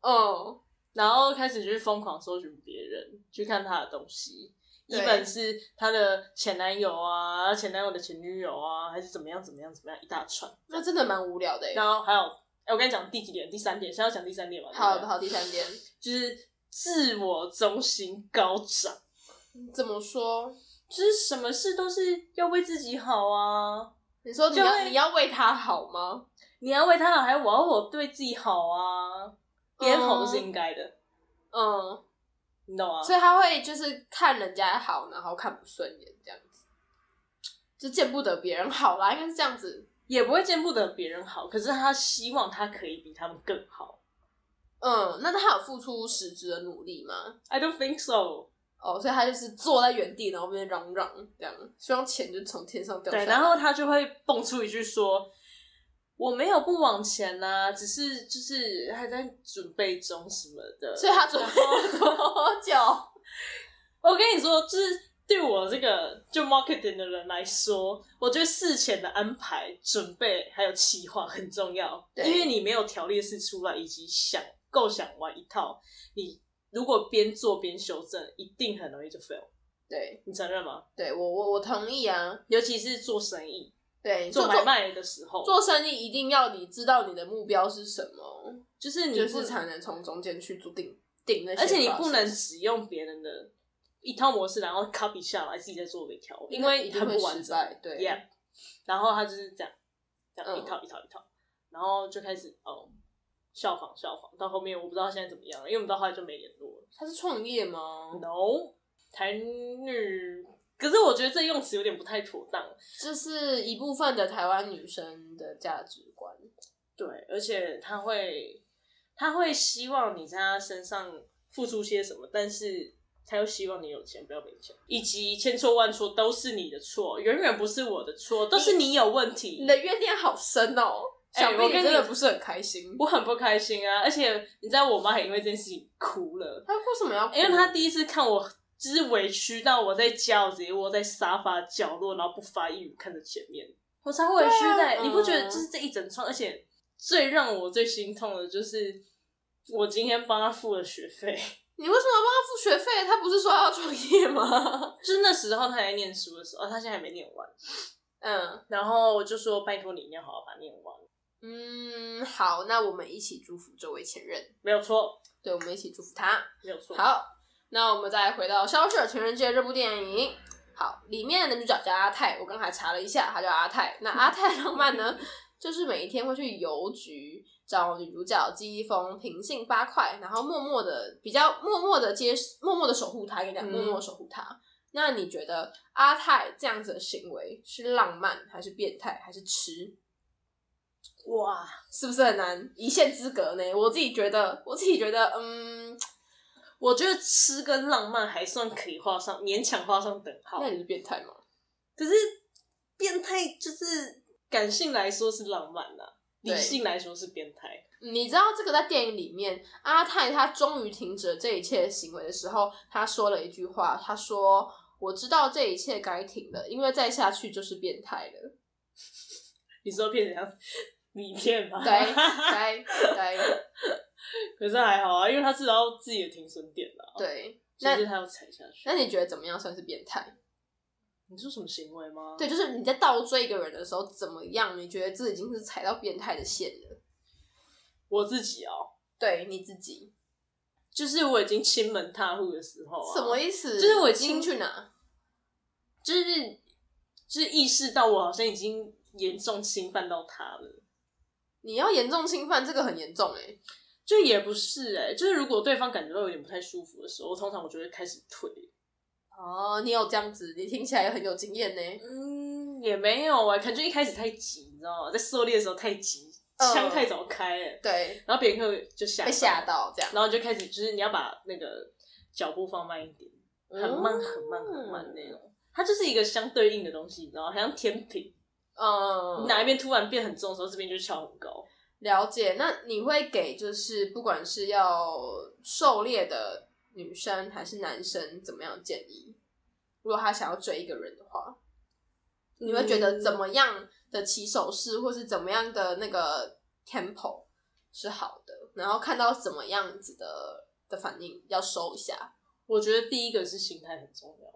[SPEAKER 1] 哦，
[SPEAKER 2] 然后开始去疯狂搜寻别人，去看他的东西，一
[SPEAKER 1] 对
[SPEAKER 2] 本是他的前男友啊，前男友的前女友啊，还是怎么样怎么样怎么样一大串。
[SPEAKER 1] 那真的蛮无聊的欸。
[SPEAKER 2] 然后还有，哎、我跟你讲第几点？第三点，现在要讲第三点吧。对不对
[SPEAKER 1] 好的，，好，第三点
[SPEAKER 2] 就是自我中心高涨，
[SPEAKER 1] 怎么说？
[SPEAKER 2] 就是什么事都是要为自己好啊，
[SPEAKER 1] 你说你
[SPEAKER 2] 就
[SPEAKER 1] 要
[SPEAKER 2] 会
[SPEAKER 1] 你要为他好吗？
[SPEAKER 2] 你要为他好，还要我要我对自己好啊，别人好都是应该的，
[SPEAKER 1] 嗯，
[SPEAKER 2] 你懂吗？
[SPEAKER 1] 所以他会就是看人家好，然后看不顺眼这样子，就见不得别人好啦，应该是这样子。
[SPEAKER 2] 也不会见不得别人好，可是他希望他可以比他们更好。
[SPEAKER 1] 嗯，那他有付出实质的努力吗？
[SPEAKER 2] I don't think so。
[SPEAKER 1] 哦，所以他就是坐在原地，然后边嚷嚷这样，希望钱就从天上掉下
[SPEAKER 2] 对，
[SPEAKER 1] 来。
[SPEAKER 2] 然后他就会蹦出一句说：“我没有不往前呐、只是就是还在准备中什么的。”
[SPEAKER 1] 所以他准备了多久？
[SPEAKER 2] 我跟你说，就是对我这个就 marketing 的人来说，我觉得事前的安排、准备还有企划很重要，
[SPEAKER 1] 对
[SPEAKER 2] 因为你没有条列式出来，以及想构想完一套，你如果边做边修正，一定很容易就 fail。
[SPEAKER 1] 对，
[SPEAKER 2] 你承认吗？
[SPEAKER 1] 对我我我同意啊。
[SPEAKER 2] 尤其是做生意、
[SPEAKER 1] 对，
[SPEAKER 2] 做
[SPEAKER 1] 做
[SPEAKER 2] 买卖的时候，
[SPEAKER 1] 做生意一定要你知道你的目标是什么，
[SPEAKER 2] 就是你
[SPEAKER 1] 就
[SPEAKER 2] 不
[SPEAKER 1] 是才能从中间去定定那些 process。
[SPEAKER 2] 而且你不能只用别人的一套模式，然后 copy 下来自己再做微调，因为
[SPEAKER 1] 一定
[SPEAKER 2] 很
[SPEAKER 1] 会
[SPEAKER 2] 不完
[SPEAKER 1] 失
[SPEAKER 2] 整
[SPEAKER 1] 败。对
[SPEAKER 2] Yeah，然后他就是这样，这样
[SPEAKER 1] 嗯
[SPEAKER 2] 一套一套一套，然后就开始哦效仿效仿，到后面我不知道现在怎么样了，因为我们到后来就没联络了。
[SPEAKER 1] 他是创业吗？
[SPEAKER 2] No，台女，可是我觉得这用词有点不太妥当。
[SPEAKER 1] 这是一部分的台湾女生的价值观。
[SPEAKER 2] 对，而且他会，他会希望你在他身上付出些什么，但是他又希望你有钱，不要没钱，以及千错万错都是你的错，远远不是我的错，都是你有问题
[SPEAKER 1] 你。的怨念好深哦，
[SPEAKER 2] 哎
[SPEAKER 1] 想必
[SPEAKER 2] 我
[SPEAKER 1] 你
[SPEAKER 2] 跟
[SPEAKER 1] 真的
[SPEAKER 2] 你
[SPEAKER 1] 不是很开心。
[SPEAKER 2] 我很不开心啊，而且你知道，我妈还因为这件事情哭了，
[SPEAKER 1] 他为什么要哭？
[SPEAKER 2] 因为她第一次看我，就是委屈到我在家，我直接窝在沙发角落，然后不发一语看着前面，我超委屈的、
[SPEAKER 1] 对啊
[SPEAKER 2] 你不觉得
[SPEAKER 1] 嗯
[SPEAKER 2] 就是这一整串？而且最让我最心痛的就是，我今天帮她付了学费，
[SPEAKER 1] 你为什么要帮他付学费？他不是说要创业吗？
[SPEAKER 2] 就是那时候她还在念书的时候，她哦现在还没念完，
[SPEAKER 1] 嗯
[SPEAKER 2] 然后我就说拜托你一定要好好把它念完，
[SPEAKER 1] 嗯，好，那我们一起祝福这位前任，
[SPEAKER 2] 没有错，
[SPEAKER 1] 对，我们一起祝福他。
[SPEAKER 2] 没有错。
[SPEAKER 1] 好，那我们再回到《消失的情人节》这部电影。好，里面的女主角叫阿泰，我刚才查了一下，她叫阿泰。那阿泰浪漫呢，就是每一天会去邮局找女主角寄一封平信八块，然后默默的比较默默的接默默的守护她，跟你讲，
[SPEAKER 2] 嗯
[SPEAKER 1] 默默地守护她。那你觉得阿泰这样子的行为是浪漫还是变态还是痴？
[SPEAKER 2] 哇，
[SPEAKER 1] 是不是很难一线之隔呢？我自己觉得，我自己觉得，嗯，
[SPEAKER 2] 我觉得吃跟浪漫还算可以画上勉强画上等号
[SPEAKER 1] 那，你是变态吗？
[SPEAKER 2] 可是变态就是感性来说是浪漫啦、
[SPEAKER 1] 对
[SPEAKER 2] 理性来说是变态。
[SPEAKER 1] 你知道这个在电影里面，阿泰他终于停止了这一切的行为的时候，他说了一句话，他说：“我知道这一切该停了，因为再下去就是变态了。
[SPEAKER 2] 你说变成像迷骗吗？
[SPEAKER 1] 对”对对
[SPEAKER 2] 可是还好啊，因为他知道自己的停损点了、啊。，
[SPEAKER 1] 对，
[SPEAKER 2] 只
[SPEAKER 1] 那
[SPEAKER 2] 是他要踩下去。
[SPEAKER 1] 那你觉得怎么样算是变态？
[SPEAKER 2] 你说什么行为吗？
[SPEAKER 1] 对，，就是你在倒追一个人的时候，怎么样？你觉得这已经是踩到变态的线了？
[SPEAKER 2] 我自己哦、
[SPEAKER 1] 对你自己
[SPEAKER 2] 就是我已经亲门踏户的时候、啊，
[SPEAKER 1] 什么意思？
[SPEAKER 2] 就是我已
[SPEAKER 1] 进
[SPEAKER 2] 经
[SPEAKER 1] 去哪？
[SPEAKER 2] 就是就是意识到我好像已经严重侵犯到他了。
[SPEAKER 1] 你要严重侵犯，这个很严重哎、
[SPEAKER 2] 就也不是哎、就是如果对方感觉到有点不太舒服的时候，通常我就会开始退。
[SPEAKER 1] 哦，你有这样子，你听起来很有经验呢、
[SPEAKER 2] 嗯，也没有啊，可能就一开始太急，你知道吗？在狩猎的时候太急，
[SPEAKER 1] 嗯
[SPEAKER 2] 枪太早开了，
[SPEAKER 1] 对，
[SPEAKER 2] 然后别人会就吓
[SPEAKER 1] 被吓，到这样。
[SPEAKER 2] 然后就开始就是你要把那个脚步放慢一点，很
[SPEAKER 1] 哦嗯
[SPEAKER 2] 慢很慢很慢那种。它就是一个相对应的东西，你知道吗？好像天平，
[SPEAKER 1] 嗯
[SPEAKER 2] 你，哪一边突然变很重的时候，这边就翘很高。
[SPEAKER 1] 了解。那你会给就是不管是要狩猎的女生还是男生怎么样的建议？如果他想要追一个人的话，你会觉
[SPEAKER 2] 嗯
[SPEAKER 1] 得怎么样的起手式，或是怎么样的那个 tempo 是好的？然后看到怎么样子的的反应要收一下，
[SPEAKER 2] 我觉得第一个是心态很重要。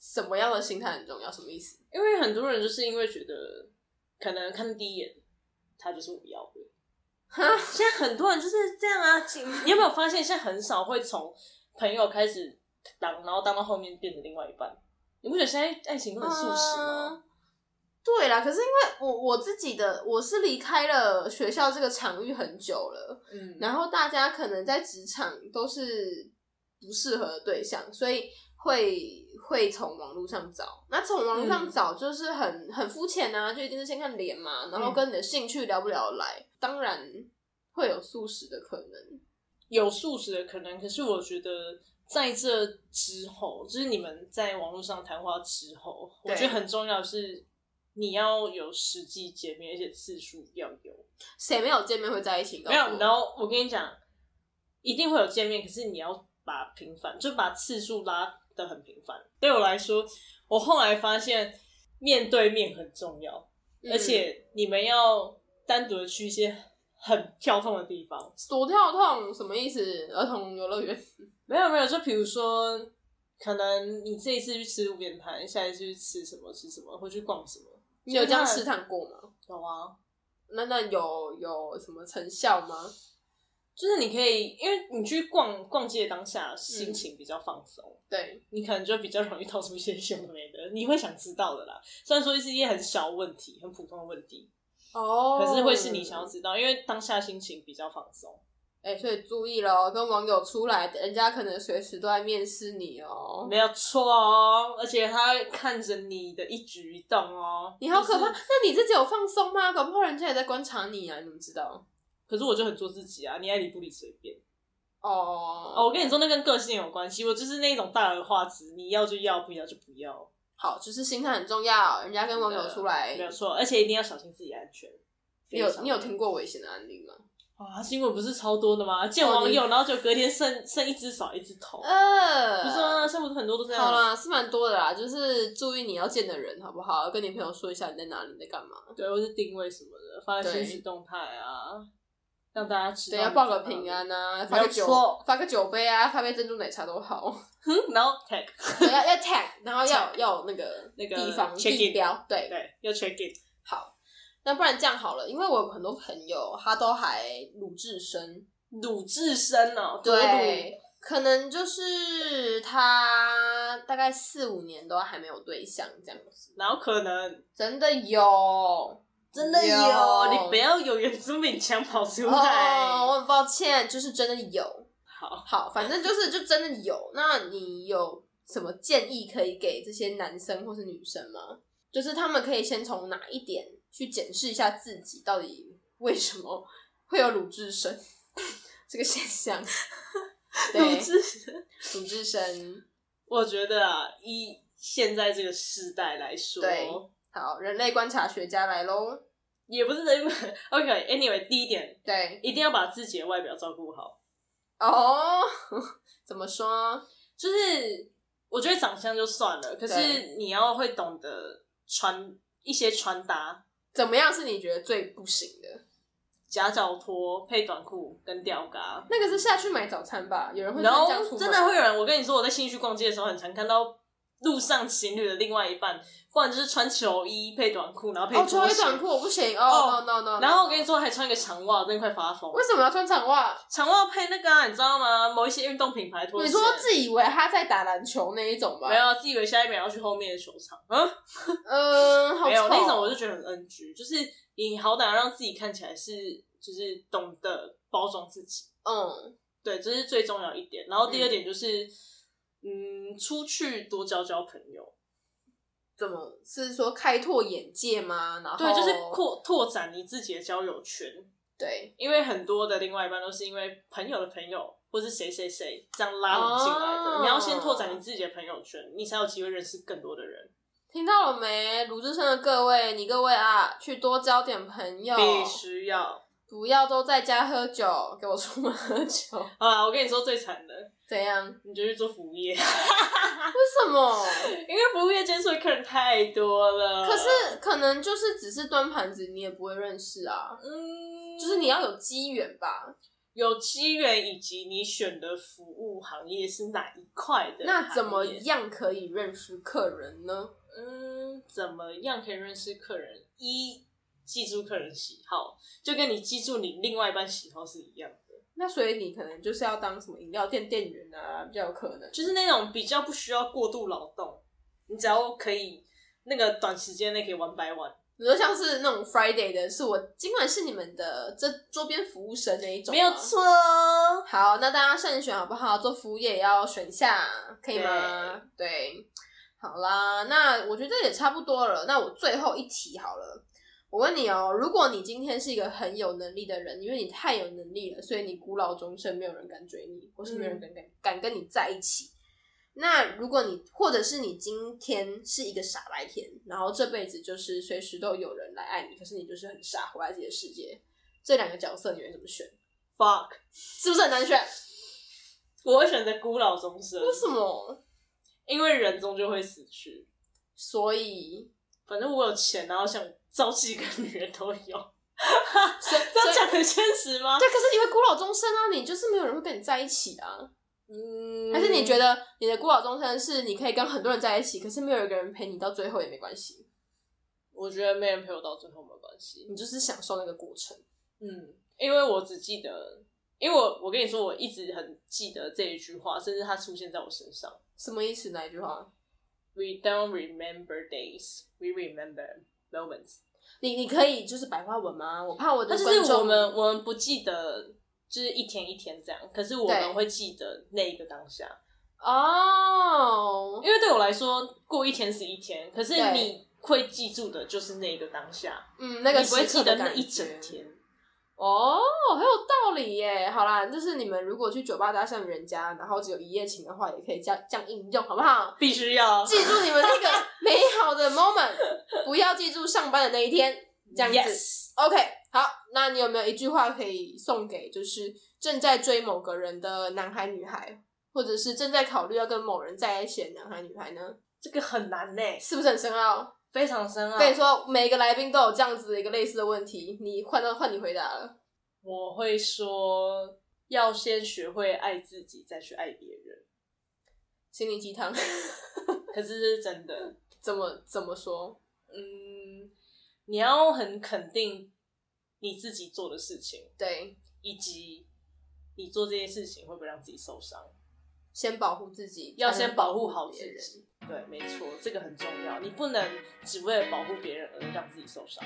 [SPEAKER 1] 什么样的心态很重要？什么意思？
[SPEAKER 2] 因为很多人就是因为觉得可能看第一眼，他就是我要的。
[SPEAKER 1] 哈
[SPEAKER 2] 现在很多人就是这样啊，请你有没有发现现在很少会从朋友开始当，然后当到后面变成另外一半？你不觉得现在爱情都很速食吗？
[SPEAKER 1] 嗯对啦，可是因为我我自己的我是离开了学校这个场域很久了，
[SPEAKER 2] 嗯
[SPEAKER 1] 然后大家可能在职场都是不适合的对象，所以会会从网络上找。那从网络上
[SPEAKER 2] 嗯
[SPEAKER 1] 找就是很、很肤浅啊，就一定是先看脸嘛，然后
[SPEAKER 2] 嗯
[SPEAKER 1] 跟你的兴趣聊不聊得来，当然会有素食的可能。
[SPEAKER 2] 有素食的可能，可是我觉得在这之后，就是你们在网络上谈话之后，我
[SPEAKER 1] 对
[SPEAKER 2] 觉得很重要的是你要有实际见面，而且次数要有。
[SPEAKER 1] 谁没有见面会在一起？
[SPEAKER 2] 没有，然
[SPEAKER 1] 然后
[SPEAKER 2] 后我跟你讲，一定会有见面，可是你要把频繁，就把次数拉得很频繁。对我来说，我后来发现面对面很重要，
[SPEAKER 1] 嗯
[SPEAKER 2] 而且你们要单独的去一些很跳痛的地方。
[SPEAKER 1] 躲跳痛什么意思？儿童游乐园
[SPEAKER 2] 没有没有，就比如说，可能你这一次去吃路边摊，下一次去吃什么吃什么，或去逛什么。
[SPEAKER 1] 你有这样试探过吗？
[SPEAKER 2] 有啊，
[SPEAKER 1] 那那有有什么成效吗？
[SPEAKER 2] 就是你可以，因为你去逛逛街当下心情比较放松。
[SPEAKER 1] 对，
[SPEAKER 2] 你可能就比较容易掏出一些有的没的，你会想知道的啦。虽然说是一些很小问题、很普通的问题，
[SPEAKER 1] 哦
[SPEAKER 2] 可是会是你想要知道，因为当下心情比较放松。
[SPEAKER 1] 哎、所以注意喽，跟网友出来，人家可能随时都在面试你哦。
[SPEAKER 2] 没有错哦，而且他会看着你的一举一动哦。
[SPEAKER 1] 你好可怕！
[SPEAKER 2] 就是！
[SPEAKER 1] 那你自己有放松吗？搞不好人家也在观察你啊，你怎么知道？
[SPEAKER 2] 可是我就很做自己啊，你爱理不理随便。
[SPEAKER 1] 哦
[SPEAKER 2] 哦，我跟你说，那跟个性有关系。我就是那种大而化之，你要就要，不要就不要。
[SPEAKER 1] 好，就是心态很重要，人家跟网友出来，
[SPEAKER 2] 没有错，而且一定要小心自己的安全。
[SPEAKER 1] 你有
[SPEAKER 2] 非常
[SPEAKER 1] 你有听过危险的案例吗？
[SPEAKER 2] 哇，新闻不是超多的吗？见
[SPEAKER 1] 哦
[SPEAKER 2] 网
[SPEAKER 1] 你
[SPEAKER 2] 友，然后就隔天剩剩一只少一只头。
[SPEAKER 1] 呃，
[SPEAKER 2] 哦不是啊，像我很多都这样。
[SPEAKER 1] 好啦，是蛮多的啦，就是注意你要见的人，好不好？跟你朋友说一下你在哪里，你在干嘛，
[SPEAKER 2] 对，或是定位什么的，发
[SPEAKER 1] 对
[SPEAKER 2] 现实动态啊，让大家知道。
[SPEAKER 1] 对，要报个平。安啊，
[SPEAKER 2] 没
[SPEAKER 1] 发
[SPEAKER 2] 有
[SPEAKER 1] 个酒
[SPEAKER 2] 错，
[SPEAKER 1] 发个酒杯啊，发杯珍珠奶茶都好，
[SPEAKER 2] 嗯然后 tag
[SPEAKER 1] 对要要 tag，然后要要有那个
[SPEAKER 2] 那个
[SPEAKER 1] 地方
[SPEAKER 2] check in
[SPEAKER 1] 地标，对，
[SPEAKER 2] 对，要 check in。
[SPEAKER 1] 好，那不然这样好了，因为我有很多朋友他都还鲁智深，
[SPEAKER 2] 鲁智深哦，多鲁
[SPEAKER 1] 对，可能就是他大概四五年都还没有对象这样子，
[SPEAKER 2] 然后可能
[SPEAKER 1] 真的有，
[SPEAKER 2] 你不要有原住民腔跑出来。
[SPEAKER 1] 哦，我很抱歉，就是真的有。
[SPEAKER 2] 好，
[SPEAKER 1] 好，反正就是就真的有。那你有什么建议可以给这些男生或是女生吗？就是他们可以先从哪一点去检视一下自己到底为什么会有鲁智深这个现 象？对
[SPEAKER 2] 鲁，智深，
[SPEAKER 1] 鲁智深，
[SPEAKER 2] 我觉得啊，以现在这个时代来说，
[SPEAKER 1] 对好，人类观察学家来喽。
[SPEAKER 2] 也不是人 OK，anyway，、第一点，
[SPEAKER 1] 对，
[SPEAKER 2] 一定要把自己的外表照顾好。
[SPEAKER 1] 哦， 怎么说？
[SPEAKER 2] 就是我觉得长相就算了，可
[SPEAKER 1] 对
[SPEAKER 2] 是你要会懂得穿一些穿搭，
[SPEAKER 1] 怎么样是你觉得最不行的？
[SPEAKER 2] 夹脚拖配短裤跟吊嘎。
[SPEAKER 1] 那个是下去买早餐吧？有人会
[SPEAKER 2] 然
[SPEAKER 1] 穿这样出门
[SPEAKER 2] 后真的会有人，我跟你说，我在新区逛街的时候，很常看到路上情侣的另外一半，不然就是穿球衣配短裤，然后配
[SPEAKER 1] 哦，
[SPEAKER 2] 拖
[SPEAKER 1] 穿
[SPEAKER 2] 鞋
[SPEAKER 1] 一短。裤我不行哦
[SPEAKER 2] 哦
[SPEAKER 1] no no no, no。
[SPEAKER 2] 然后我跟你
[SPEAKER 1] 说，
[SPEAKER 2] 说，还穿一个长袜，真的快发疯。
[SPEAKER 1] 为什么要穿长袜？
[SPEAKER 2] 长袜配那个、啊，你知道吗？某一些运动品牌拖鞋。
[SPEAKER 1] 你说自以为他在打篮球那一种吧？
[SPEAKER 2] 没，有，自以为下一秒要去后面的球场，嗯，
[SPEAKER 1] 嗯，好
[SPEAKER 2] 没有
[SPEAKER 1] 丑
[SPEAKER 2] 那种，我就觉得很 NG，就是你好歹让自己看起来是，就是懂得包装自己，
[SPEAKER 1] 嗯，
[SPEAKER 2] 对，这是最重要一点。然后第二点就是，嗯出去多交交朋友，
[SPEAKER 1] 怎么是说开拓眼界吗？然后
[SPEAKER 2] 对，就是扩拓展你自己的交友圈，
[SPEAKER 1] 对
[SPEAKER 2] 因为很多的另外一半都是因为朋友的朋友或是谁谁谁这样拉你进来的，
[SPEAKER 1] 哦
[SPEAKER 2] 你要先拓展你自己的朋友圈，你才有机会认识更多的人，
[SPEAKER 1] 听到了没？鲁智深的各位，你各位啊，去多交点朋友，
[SPEAKER 2] 必须要。
[SPEAKER 1] 不要都在家喝酒，给我出门喝酒，
[SPEAKER 2] 啊，我跟你说最惨的，
[SPEAKER 1] 怎样？
[SPEAKER 2] 你就去做服务业。
[SPEAKER 1] 为什么？
[SPEAKER 2] 因为服务业间数的客人太多了。
[SPEAKER 1] 可是，可能就是只是端盘子，你也不会认识啊。
[SPEAKER 2] 嗯，
[SPEAKER 1] 就是你要有机缘吧。
[SPEAKER 2] 有机缘，以及你选的服务行业是哪一块的行业？
[SPEAKER 1] 那怎么样可以认识客人呢？
[SPEAKER 2] 嗯，怎么样可以认识客人？一记住客人喜好，就跟你记住你另外一半喜好是一样的，
[SPEAKER 1] 那所以你可能就是要当什么饮料店店员啊，比较有可能。
[SPEAKER 2] 就是那种比较不需要过度劳动，你只要可以那个短时间内可以玩百玩，
[SPEAKER 1] 你说像是那种 Friday 的，是我今晚是你们的这周边服务生那一种，啊
[SPEAKER 2] 没有。错哦。
[SPEAKER 1] 好，那大家慎选好不好？做服务业也要选一下，可以吗？对，好啦，那我觉得也差不多了。那我最后一题好了，我问你哦，如果你今天是一个很有能力的人，因为你太有能力了，所以你孤老终生，没有人敢追你，或是没有人敢敢、敢跟你在一起。那如果你或者是你今天是一个傻白甜，然后这辈子就是随时都有人来爱你，可是你就是很傻，活在自己的世界。这两个角色你会怎么选？
[SPEAKER 2] fuck，
[SPEAKER 1] 是不是很难选？
[SPEAKER 2] 我会选择孤老终生。
[SPEAKER 1] 为什？么？
[SPEAKER 2] 因为人终究会死去。
[SPEAKER 1] 所以
[SPEAKER 2] 反正我有钱，然后想找几个女人都 有。
[SPEAKER 1] 所 以
[SPEAKER 2] 这样
[SPEAKER 1] 所以
[SPEAKER 2] 讲很现实吗？
[SPEAKER 1] 对，可是你会孤老终生啊，你就是没有人会跟你在一起啊。
[SPEAKER 2] 嗯
[SPEAKER 1] 还是你觉
[SPEAKER 2] 得？
[SPEAKER 1] 得你的孤老终生是你可以跟很多人在一起，可是没有一个人陪你到最后也没关系，
[SPEAKER 2] 我觉得没人陪我到最后没关系。
[SPEAKER 1] 你就是享受那个过程。
[SPEAKER 2] 嗯，因为我只记得，因为我我跟你说，我一直很记得这一句话，甚至它出现在我身上。
[SPEAKER 1] 什么意思？哪一句话？
[SPEAKER 2] We don't remember days, we remember moments。
[SPEAKER 1] 你你可以就是白话文吗？我怕我的
[SPEAKER 2] 但
[SPEAKER 1] 观
[SPEAKER 2] 是
[SPEAKER 1] 众
[SPEAKER 2] 我们我们不记得，就是一天一天这样。可是我
[SPEAKER 1] 对
[SPEAKER 2] 们会记得那一个当下，
[SPEAKER 1] 哦，
[SPEAKER 2] 因为对我来说，过一天是一天，可是
[SPEAKER 1] 对
[SPEAKER 2] 你会记住的就是那一个当下，
[SPEAKER 1] 嗯，那个
[SPEAKER 2] 你不会
[SPEAKER 1] 时刻
[SPEAKER 2] 记得
[SPEAKER 1] 的
[SPEAKER 2] 那
[SPEAKER 1] 感
[SPEAKER 2] 一
[SPEAKER 1] 觉
[SPEAKER 2] 整天。
[SPEAKER 1] 哦，很有道理耶。好啦，就是你们如果去酒吧搭讪人家，然后只有一夜情的话，也可以这样这样应用，好不好？
[SPEAKER 2] 必须要
[SPEAKER 1] 记住你们那个美好的 moment，不要记住上班的那一天，这样子。
[SPEAKER 2] Yes
[SPEAKER 1] OK，好，那你有没有一句话可以送给就是正在追某个人的男孩女孩，或者是正在考虑要跟某人在一起的男孩女孩呢？
[SPEAKER 2] 这个很难呢、
[SPEAKER 1] 是不是很深奥？
[SPEAKER 2] 非常深奥。
[SPEAKER 1] 跟你说，每个来宾都有这样子的一个类似的问题，你换到换你回答了。
[SPEAKER 2] 我会说要先学会爱自己，再去爱别人。
[SPEAKER 1] 心灵鸡汤
[SPEAKER 2] 可是这是真的，
[SPEAKER 1] 怎么怎么说？
[SPEAKER 2] 嗯，你要很肯定你自己做的事情，
[SPEAKER 1] 对，
[SPEAKER 2] 以及你做这些事情会不会让自己受伤，
[SPEAKER 1] 先保护自己，
[SPEAKER 2] 要
[SPEAKER 1] 才能
[SPEAKER 2] 先保护好
[SPEAKER 1] 别
[SPEAKER 2] 自
[SPEAKER 1] 人。
[SPEAKER 2] 己。对，没错，这个很重要。你不能只为了保护别人而让自己受伤。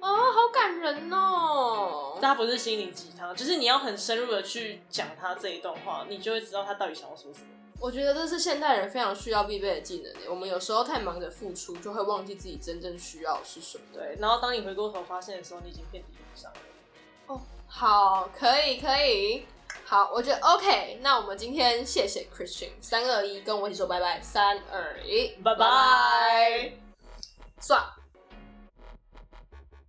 [SPEAKER 1] 哦，好感人哦！
[SPEAKER 2] 它不是心灵鸡汤，就是你要很深入的去讲他这一段话，你就会知道他到底想要说什么。
[SPEAKER 1] 我觉得这是现代人非常需要必备的技能欸耶。我们有时候太忙着付出，就会忘记自己真正需要的是什么。
[SPEAKER 2] 对，然后当你回过头发现的时候，你已经遍体鳞伤了。
[SPEAKER 1] 好，可以，可以。好，我觉得 OK。那我们今天谢谢 Christian，三二一，跟我一起说拜拜，三二一，
[SPEAKER 2] 拜拜。
[SPEAKER 1] 算。